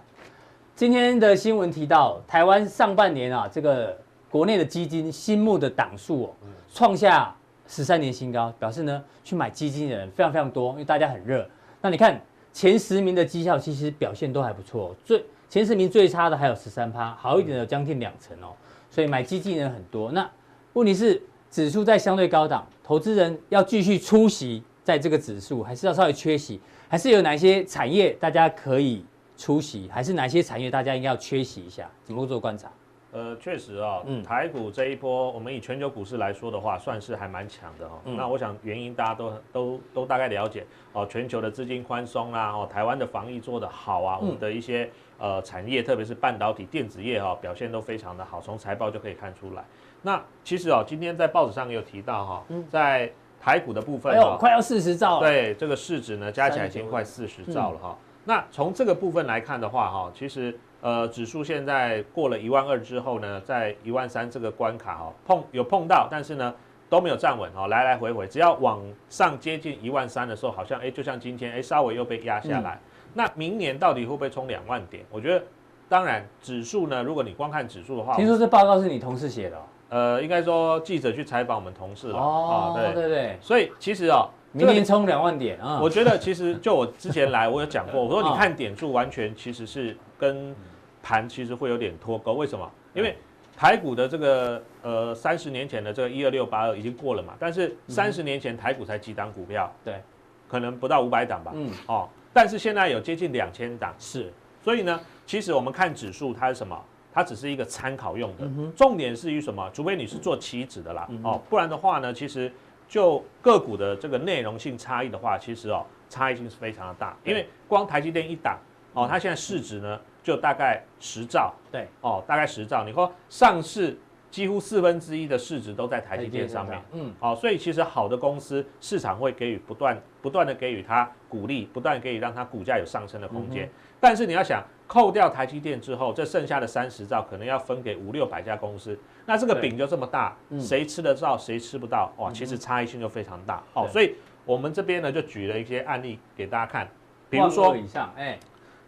Speaker 2: 今天的新闻提到，台湾上半年啊，这个国内的基金新募的档数哦，创下十三年新高，表示呢，去买基金的人非常非常多，因为大家很热。那你看前十名的绩效其实表现都还不错哦，最前十名最差的还有十三趴，好一点的有将近两成哦，所以买基金的人很多。那问题是指数在相对高档，投资人要继续出席在这个指数，还是要稍微缺席，还是有哪些产业大家可以出席，还是哪些产业大家应该要缺席一下？怎么做观察？
Speaker 5: 呃，确实啊、
Speaker 2: 嗯
Speaker 5: 台股这一波，我们以全球股市来说的话，算是还蛮强的哦。
Speaker 2: 嗯
Speaker 5: 那我想原因大家都很都都大概了解哦，全球的资金宽松啦，哦，台湾的防疫做得好
Speaker 2: 嗯
Speaker 5: 啊，我们的一些呃产业，特别是半导体、电子业哦，表现都非常的好，从财报就可以看出来。那其实哦，今天在报纸上也有提到哈、在台股的部分、
Speaker 2: 嗯哎
Speaker 5: 哦
Speaker 2: 呦，快要四十兆了，
Speaker 5: 对，这个市值呢加起来已经快四十兆了哈、那从这个部分来看的话哈，其实呃指数现在过了一万二之后呢，在一万三这个关卡哈碰有碰到，但是呢都没有站稳哈，来来回回，只要往上接近一万三的时候，好像哎就像今天哎稍微又被压下来、
Speaker 2: 嗯
Speaker 5: 那明年到底会不会冲两万点？我觉得。当然，指数呢，如果你光看指数的话，
Speaker 2: 听说这报告是你同事写的哦、
Speaker 5: 呃，应该说记者去采访我们同事了
Speaker 2: 哦，
Speaker 5: 啊
Speaker 2: 对对对，
Speaker 5: 所以其实哦，
Speaker 2: 明
Speaker 5: 这个
Speaker 2: 年冲两万点啊！
Speaker 5: 我觉得其实就我之前来，我有讲过，我说
Speaker 2: 啊
Speaker 5: 你看点数完全其实是跟盘其实会有点脱钩，为什么？因为台股的这个呃三十年前的这个一二六八二已经过了嘛，但是三十年前台股才几档股票，
Speaker 2: 对，
Speaker 5: 可能不到五百档吧，
Speaker 2: 嗯
Speaker 5: 哦，但是现在有接近两千档，
Speaker 2: 是
Speaker 5: 所以呢，其实我们看指数它是什么？它只是一个参考用的，重点是于什么？除非你是做期指的啦，哦，不然的话呢，其实就个股的这个内容性差异的话，其实哦，差异性是非常的大，因为光台积电一档哦，它现在市值呢就大概十兆，
Speaker 2: 对，
Speaker 5: 哦，大概十兆。你说上市几乎四分之一的市值都在台积电上面。
Speaker 2: 嗯，
Speaker 5: 好、所以其实好的公司，市场会给予不断、不断的给予它鼓励，不断地给予让它股价有上升的空间。但是你要想，扣掉台积电之后，这剩下的三十兆可能要分给五六百家公司，那这个饼就这么大，
Speaker 2: 嗯
Speaker 5: 谁吃得到，谁吃不到？哇，其实差异性就非常大。哦，所以我们这边呢就举了一些案例给大家看，比如
Speaker 2: 万
Speaker 5: 说
Speaker 2: 二以上，哎，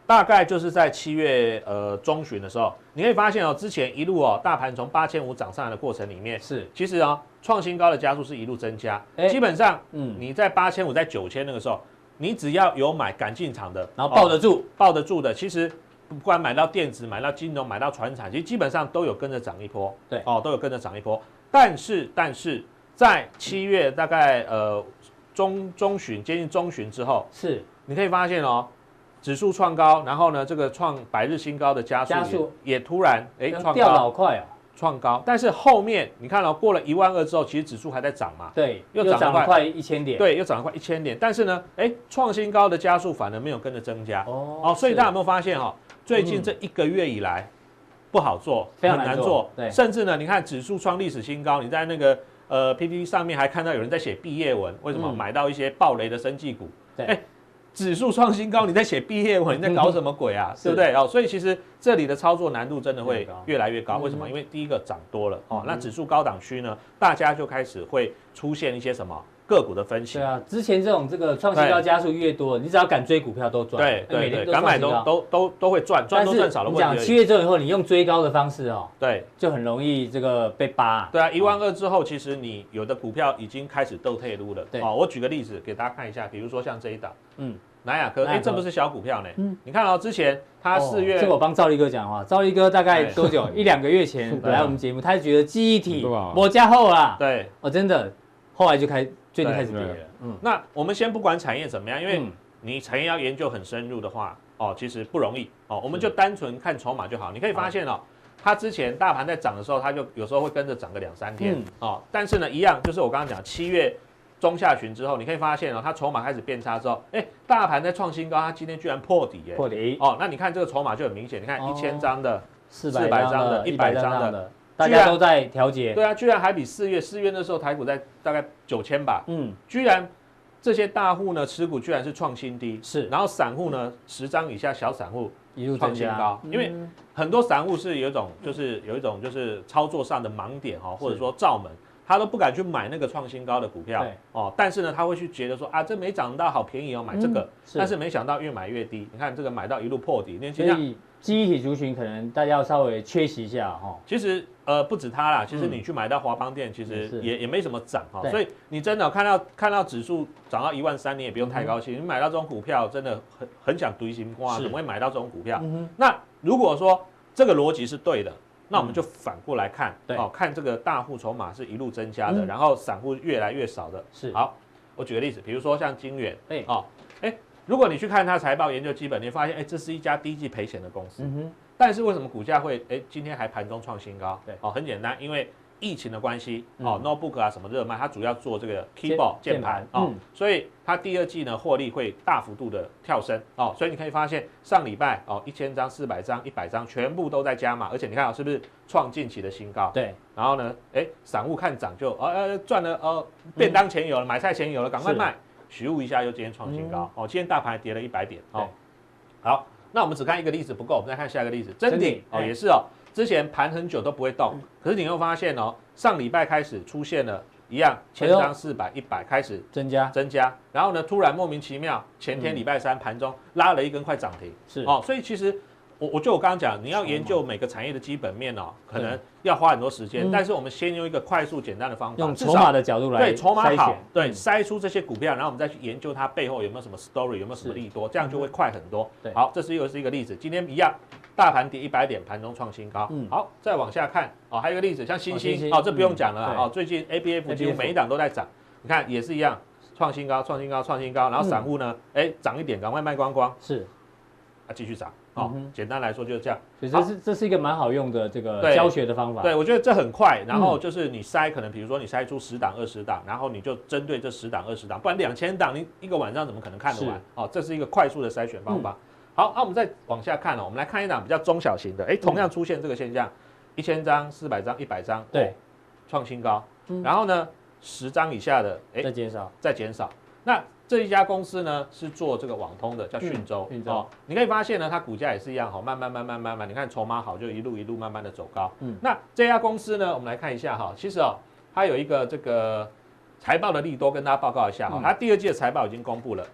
Speaker 5: 大概就是在七月呃中旬的时候，你可以发现哦，之前一路哦大盘从八千五涨上来的过程里面，
Speaker 2: 是，
Speaker 5: 其实啊、创新高的加速是一路增加，
Speaker 2: 哎
Speaker 5: 基本上
Speaker 2: 嗯，
Speaker 5: 你在八千五、在九千那个时候，你只要有买敢进场的，
Speaker 2: 然后抱得
Speaker 5: 哦
Speaker 2: 住，
Speaker 5: 抱得住的，其实不管买到电子、买到金融、买到船产，其实基本上都有跟着涨一波，
Speaker 2: 对
Speaker 5: 哦，都有跟着涨一波。但是，但是在七月大概呃中中旬接近中旬之后，
Speaker 2: 是
Speaker 5: 你可以发现哦。指数创高，然后呢，这个创百日新高的加速也
Speaker 2: 加速
Speaker 5: 也突然哎创
Speaker 2: 掉
Speaker 5: 高
Speaker 2: 老快哦，
Speaker 5: 创高，但是后面你看哦，过了一万二之后，其实指数还在涨嘛，
Speaker 2: 对，
Speaker 5: 又
Speaker 2: 又
Speaker 5: 涨
Speaker 2: 涨
Speaker 5: 了
Speaker 2: 了
Speaker 5: 快
Speaker 2: 快一千点，，
Speaker 5: 对，又涨了快一千点，但是呢，哎，创新高的加速反而没有跟着增加。
Speaker 2: 哦
Speaker 5: 哦，所以
Speaker 2: 是嗯
Speaker 5: 大家有没有发现哈、最近这一个月以来不好做，
Speaker 2: 非常
Speaker 5: 很
Speaker 2: 难
Speaker 5: 难
Speaker 2: 做对
Speaker 5: 甚至呢，你看指数创历史新高，你在那个呃 PPT 上面还看到有人在写毕业文，为什么、
Speaker 2: 嗯
Speaker 5: 买到一些暴雷的生技股？
Speaker 2: 对
Speaker 5: 哎指数创新高，你在写毕业文，你在搞什么鬼啊？
Speaker 2: 是
Speaker 5: 对不对？哦，所以其实这里的操作难度真的
Speaker 2: 越
Speaker 5: 会
Speaker 2: 高
Speaker 5: 越来越高。为什
Speaker 2: 嗯
Speaker 5: 么？因为第一个涨多了哦
Speaker 2: 嗯，
Speaker 5: 那指数高档区呢，大家就开始会出现一些什么个股的分析
Speaker 2: 对。啊，之前这种这个创新高加速越多，你只要敢追股票都赚，哎
Speaker 5: 对
Speaker 2: 啊每
Speaker 5: 对
Speaker 2: 天
Speaker 5: 对，
Speaker 2: 都
Speaker 5: 敢
Speaker 2: 创
Speaker 5: 买
Speaker 2: 新
Speaker 5: 都
Speaker 2: 高
Speaker 5: 都都都会赚，赚
Speaker 2: 但
Speaker 5: 多
Speaker 2: 是
Speaker 5: 赚少的
Speaker 2: 你
Speaker 5: 问
Speaker 2: 讲
Speaker 5: 题而
Speaker 2: 七
Speaker 5: 已。
Speaker 2: 月之后以后，你用追高的方式哦，
Speaker 5: 对
Speaker 2: 就很容易这个被扒。
Speaker 5: 对啊，一万二之后，其实你有的股票已经开始斗退路了。
Speaker 2: 对
Speaker 5: 哦，我举个例子给大家看一下，比如说像这一档
Speaker 2: 嗯，
Speaker 5: 南亚科，
Speaker 2: 南亚
Speaker 5: 哎，
Speaker 2: 科
Speaker 5: 这不是小股票呢。
Speaker 2: 嗯
Speaker 5: 你看哦，之前它四
Speaker 2: 哦
Speaker 5: 月
Speaker 2: 这个我帮赵力哥讲话，赵力哥大概
Speaker 5: 哎
Speaker 2: 多 久？一两个月前
Speaker 4: 对啊
Speaker 2: 来我们节目，他觉得记忆体
Speaker 4: 对吧
Speaker 2: 我加厚啦，
Speaker 5: 对，
Speaker 2: 哦，真的，后来就开最近开始跌
Speaker 4: 对
Speaker 2: 了，嗯，
Speaker 5: 那我们先不管产业怎么样，因为
Speaker 2: 嗯
Speaker 5: 你产业要研究很深入的话，哦，其实不容易哦。我们就单纯看筹码就好。你可以发现哦，它之前大盘在涨的时候，它就有时候会跟着涨个两三天、
Speaker 2: 嗯
Speaker 5: 哦。但是呢，一样就是我刚刚讲七月中下旬之后，你可以发现哦，它筹码开始变差之后，哎，大盘在创新高，它今天居然破底耶。
Speaker 2: 破底
Speaker 5: 哦，那你看这个筹码就很明显，你看
Speaker 2: 哦
Speaker 5: 一千张的，
Speaker 2: 四
Speaker 5: 400
Speaker 2: 百张
Speaker 5: 张
Speaker 2: 的，
Speaker 5: 的
Speaker 2: 一百
Speaker 5: 100
Speaker 2: 张
Speaker 5: 张
Speaker 2: 的，大
Speaker 5: 居
Speaker 2: 家
Speaker 5: 然
Speaker 2: 都在调节，
Speaker 5: 对啊，居然还比四月，四月那时候台股在大概九千吧，
Speaker 2: 嗯，
Speaker 5: 居然这些大户呢持股居然是创新低，
Speaker 2: 是
Speaker 5: 然后散户呢十张以下小散户
Speaker 2: 一路增
Speaker 5: 创新
Speaker 2: 加，嗯
Speaker 5: 高，因为很多散户是有一种就是有一种就是操作上的盲点哈、哦，或者说罩门。他都不敢去买那个创新高的股票
Speaker 2: 对
Speaker 5: 哦，但是呢，他会去觉得说啊，这没涨到，好便宜哦，买这个。
Speaker 2: 嗯是
Speaker 5: 但是没想到越买越低，你看这个买到一路破底，那
Speaker 2: 所
Speaker 5: 现在
Speaker 2: 以记忆体族群可能大家要稍微缺席一下哈，
Speaker 5: 其实呃不止它啦，其实
Speaker 2: 嗯
Speaker 5: 你去买到华邦店，其
Speaker 2: 也
Speaker 5: 实
Speaker 2: 是
Speaker 5: 也也没什么涨哈、
Speaker 2: 对
Speaker 5: 所以你真的看到看到指数涨到一万三，你也不用太高兴。你买到这种股票，真的很很想堆心瓜，
Speaker 2: 嗯是
Speaker 5: 怎么会买到这种股票？
Speaker 2: 嗯哼，
Speaker 5: 那如果说这个逻辑是对的，那我们就反过来看，
Speaker 2: 嗯对
Speaker 5: 哦，看这个大户筹码是一路增加的，
Speaker 2: 嗯
Speaker 5: 然后散户越来越少的。
Speaker 2: 是
Speaker 5: 好，我举个例子，比如说像金源，
Speaker 2: 哎
Speaker 5: 哦，哎，如果你去看它财报研究基本，你会发现，哎，这是一家低季赔钱的公司。
Speaker 2: 嗯哼，
Speaker 5: 但是为什么股价会哎今天还盘中创新高？
Speaker 2: 对
Speaker 5: 哦，很简单，因为疫情的关系，
Speaker 2: 嗯
Speaker 5: 哦，notebook 啊什么热卖，它主要做这个 keyboard
Speaker 2: 键键
Speaker 5: 键盘
Speaker 2: 盘
Speaker 5: 哦
Speaker 2: 嗯，
Speaker 5: 所以它第二季呢获利会大幅度的跳升哦，所以你可以发现上礼拜哦一千张、四百张、一百张全部都在加码，而且你看哦是不是创近期的新高？
Speaker 2: 对，
Speaker 5: 然后呢，哎，散户看涨就呃呃赚了呃便当钱有了，买菜钱有了，赶
Speaker 2: 嗯
Speaker 5: 快
Speaker 2: 是嗯
Speaker 5: 卖。许悟一下又今天创新高、哦，今天大盘还跌了一百点
Speaker 2: 对
Speaker 5: 哦。好，那我们只看一个例子不够，我们再看下一个例子，
Speaker 2: 真
Speaker 5: 真
Speaker 2: 鼎
Speaker 5: 鼎哦
Speaker 2: 哎嗯
Speaker 5: 也是哦，之前盘很久都不会动，可是你会发现哦，上礼拜开始出现了一样
Speaker 2: 哎
Speaker 5: 千
Speaker 2: 呦
Speaker 5: 张四百一百开始
Speaker 2: 增加
Speaker 5: 增加，然后呢突然莫名其妙前
Speaker 2: 嗯
Speaker 5: 天礼拜三盘中拉了一根快涨停。
Speaker 2: 是
Speaker 5: 哦，所以其实我我就我刚刚讲，你要研究每个产业的基本面哦，可能要花很多时间，
Speaker 2: 嗯
Speaker 5: 但是我们先用一个快速简单的方法，
Speaker 2: 用
Speaker 5: 至
Speaker 2: 筹
Speaker 5: 少
Speaker 2: 码的角度来
Speaker 5: 对筹码
Speaker 2: 筛
Speaker 5: 好
Speaker 2: 选，
Speaker 5: 对
Speaker 2: 嗯
Speaker 5: 筛出这些股票，然后我们再去研究它背后有没有什么 story，有没有什
Speaker 2: 是
Speaker 5: 么
Speaker 2: 嗯
Speaker 5: 利多，这样就会快很多
Speaker 2: 对。
Speaker 5: 好，这是又是一个例子。今天一样，大盘跌一百点，盘中创新高
Speaker 2: 嗯。
Speaker 5: 好，再往下看哦，还有一个例子，像星
Speaker 2: 哦星
Speaker 5: 星
Speaker 2: 星
Speaker 5: 哦，这不用讲了
Speaker 2: 嗯
Speaker 5: 啦
Speaker 2: 对
Speaker 5: 哦，最近 A B F
Speaker 2: ABF
Speaker 5: 几乎每一档都在涨，你看也是一样，创新高，创新高，创新高，然后
Speaker 2: 嗯
Speaker 5: 散户呢，哎涨一点，赶快卖光光。
Speaker 2: 是，
Speaker 5: 啊继续涨。
Speaker 2: 嗯
Speaker 5: 哦
Speaker 2: 哼，
Speaker 5: 简单来说就是这样。
Speaker 2: 所以这是这是一个蛮好用的这个
Speaker 5: 对
Speaker 2: 教学的方法，
Speaker 5: 对，我觉得这很快，然
Speaker 2: 嗯
Speaker 5: 后就是你筛，可能比如说你筛出十档、二十档，然后你就针对这十档、二十档，不然两千档你一个晚上怎么可能看得完
Speaker 2: 是？嗯
Speaker 5: 哦，这是一个快速的筛啊
Speaker 2: 嗯
Speaker 5: 选方法。好，那、我们再往下看哦，我们来看一档比较中小型的，哎，同样出现这个现象，一千张、四百张、一百张，
Speaker 2: 对
Speaker 5: 哦，创新高
Speaker 2: 嗯。
Speaker 5: 然后呢，十张以下的，哎
Speaker 2: 再，减少，
Speaker 5: 再减少。那这一家公司呢是做这个网通的，叫讯州。
Speaker 2: 嗯讯州
Speaker 5: 你可以发现呢，它股价也是一样哈、慢慢慢慢慢慢，你看筹码好就一路一路慢慢的走高。
Speaker 2: 嗯
Speaker 5: 那这家公司呢，我们来看一下哈、其实哦，它有一个这个财报的利多，跟大家报告一下哈、
Speaker 2: 嗯
Speaker 5: 它第二季的财报已经公布了，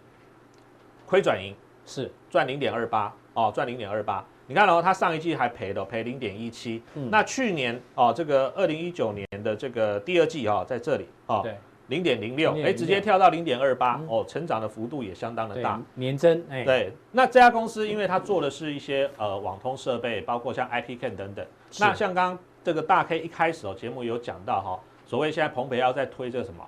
Speaker 5: 亏转盈，
Speaker 2: 是，
Speaker 5: 赚零点二八哦，赚零点二八。你看哦，它上一季还赔的哦，赔零点一七。
Speaker 2: 嗯
Speaker 5: 那去年哦，这个二零一九年的这个第二季哦，在这里哦，
Speaker 2: 对
Speaker 5: 零点零六，
Speaker 2: 0.06
Speaker 5: 哎，直接跳到零点二八
Speaker 2: 嗯，
Speaker 5: 哦，成长的幅度也相当的
Speaker 2: 对
Speaker 5: 大。，
Speaker 2: 年增，哎，
Speaker 5: 对，那这家公司因为它做的是一些呃网通设备，包括像 IP Can 等等。
Speaker 2: 是
Speaker 5: 那像刚刚这个大 K 一开始哦，节目有讲到哈、所谓现在彭培要在推这个什么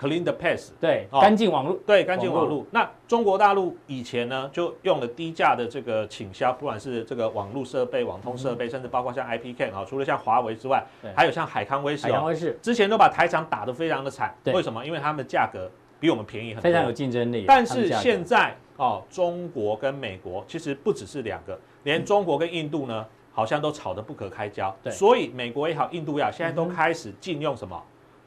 Speaker 5: Clean the Pass，
Speaker 2: 对，
Speaker 5: 哦
Speaker 2: 干净网络，
Speaker 5: 对，干净
Speaker 2: 网
Speaker 5: 网
Speaker 2: 络
Speaker 5: 络。那中国大陆以前呢，就用了低价的这个倾销，不管是这个网络设备、网通设备，甚至包括像 IPK 啊、除了像华为之外
Speaker 2: 嗯对，
Speaker 5: 还有像海康威视
Speaker 2: 海洋
Speaker 5: 哦，
Speaker 2: 威视
Speaker 5: 之前都把台厂打得非常的惨。
Speaker 2: 对
Speaker 5: 为什么？因为他们的价格比我们便宜很多，
Speaker 2: 非常有竞争力，
Speaker 5: 但
Speaker 2: 他们
Speaker 5: 是
Speaker 2: 价格
Speaker 5: 现在哦，中国跟美国其实不只是两个，连中国跟印度呢，好像都吵得不可开交。
Speaker 2: 嗯对嗯
Speaker 5: 所以美国也好，印度也好，现在都开始禁用什么、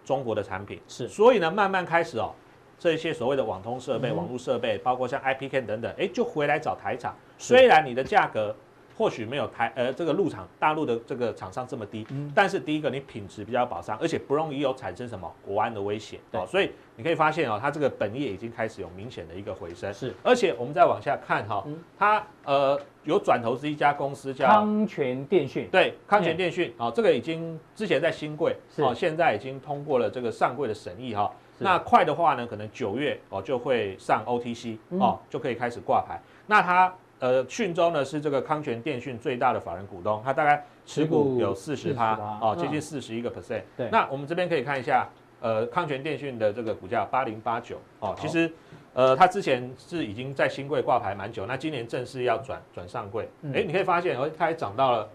Speaker 5: 中国的产品。
Speaker 2: 是
Speaker 5: 所以呢，慢慢开始哦，这些所谓的网通设备、
Speaker 2: 嗯哼
Speaker 5: 网络设备，包括像 IPK 等等，哎，就回来找台厂。虽然你的价格或许没有台呃这个陆厂大陆的这个厂商这么低，
Speaker 2: 嗯
Speaker 5: 但是第一个你品质比较保障，而且不容易有产生什么国安的威胁。
Speaker 2: 对
Speaker 5: 哦，所以你可以发现哦，它这个本业已经开始有明显的一个回升。
Speaker 2: 是
Speaker 5: 而且我们再往下看哈、
Speaker 2: 嗯
Speaker 5: 它呃有转投资一家公司叫
Speaker 2: 康泉电讯，
Speaker 5: 对，康泉
Speaker 2: 嗯
Speaker 5: 电讯啊、哦，这个已经之前在新贵
Speaker 2: 是
Speaker 5: 哦，现在已经通过了这个上柜的审议哈、
Speaker 2: 是
Speaker 5: 那快的话呢，可能九月哦就会上 OTC
Speaker 2: 嗯
Speaker 5: 哦，就可以开始挂牌。那它呃讯州呢是这个康泉电讯最大的法人股东，它大概持股有四十趴
Speaker 2: 40%
Speaker 5: 哦，接
Speaker 2: 嗯
Speaker 5: 近四十一个 percent。
Speaker 2: 对
Speaker 5: 那我们这边可以看一下呃康泉电讯的这个股价八零八九哦，其实。呃，它之前是已经在新贵挂牌蛮久，那今年正式要转转上柜，哎、
Speaker 2: 嗯
Speaker 5: 你可以发现，哦，它还涨到了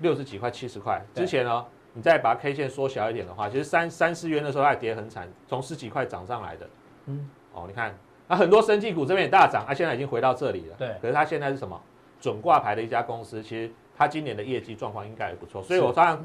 Speaker 5: 六十几块、七十块。
Speaker 2: 对
Speaker 5: 之前呢、你再把 K 线缩小一点的话，其实三三四月那时候它也跌很惨，从十几块涨上来的。
Speaker 2: 嗯
Speaker 5: 嗯，哦，你看，那、很多生技股这边也大涨，它、啊现在已经回到这里了。
Speaker 2: 对
Speaker 5: 可是它现在是什么？准挂牌的一家公司，其实它今年的业绩状况应该也不错，所以
Speaker 2: 是
Speaker 5: 我当然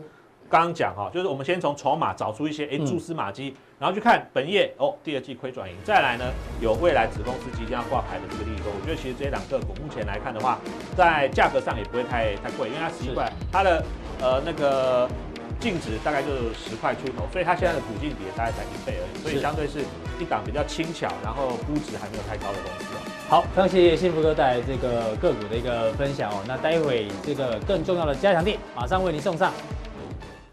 Speaker 5: 刚刚讲哈，就是我们先从筹码找出一些哎
Speaker 2: 嗯
Speaker 5: 蛛丝马迹，然后去看本业哦，第二季亏转盈，再来呢有未来子公司即将要挂牌的这个利多，我觉得其实这两个股目前来看的话，在价格上也不会太太贵，因为它十一块，它的呃那个净值大概就是十块出头，所以它现在的股净比也大概才一倍而已，所
Speaker 2: 是
Speaker 5: 以相对是一档比较轻巧，然后估值还没有太高的公司哦。
Speaker 2: 好，非常谢谢幸福哥带来这个个股的一个分享哦。那待会这个更重要的加强地马上为您送上。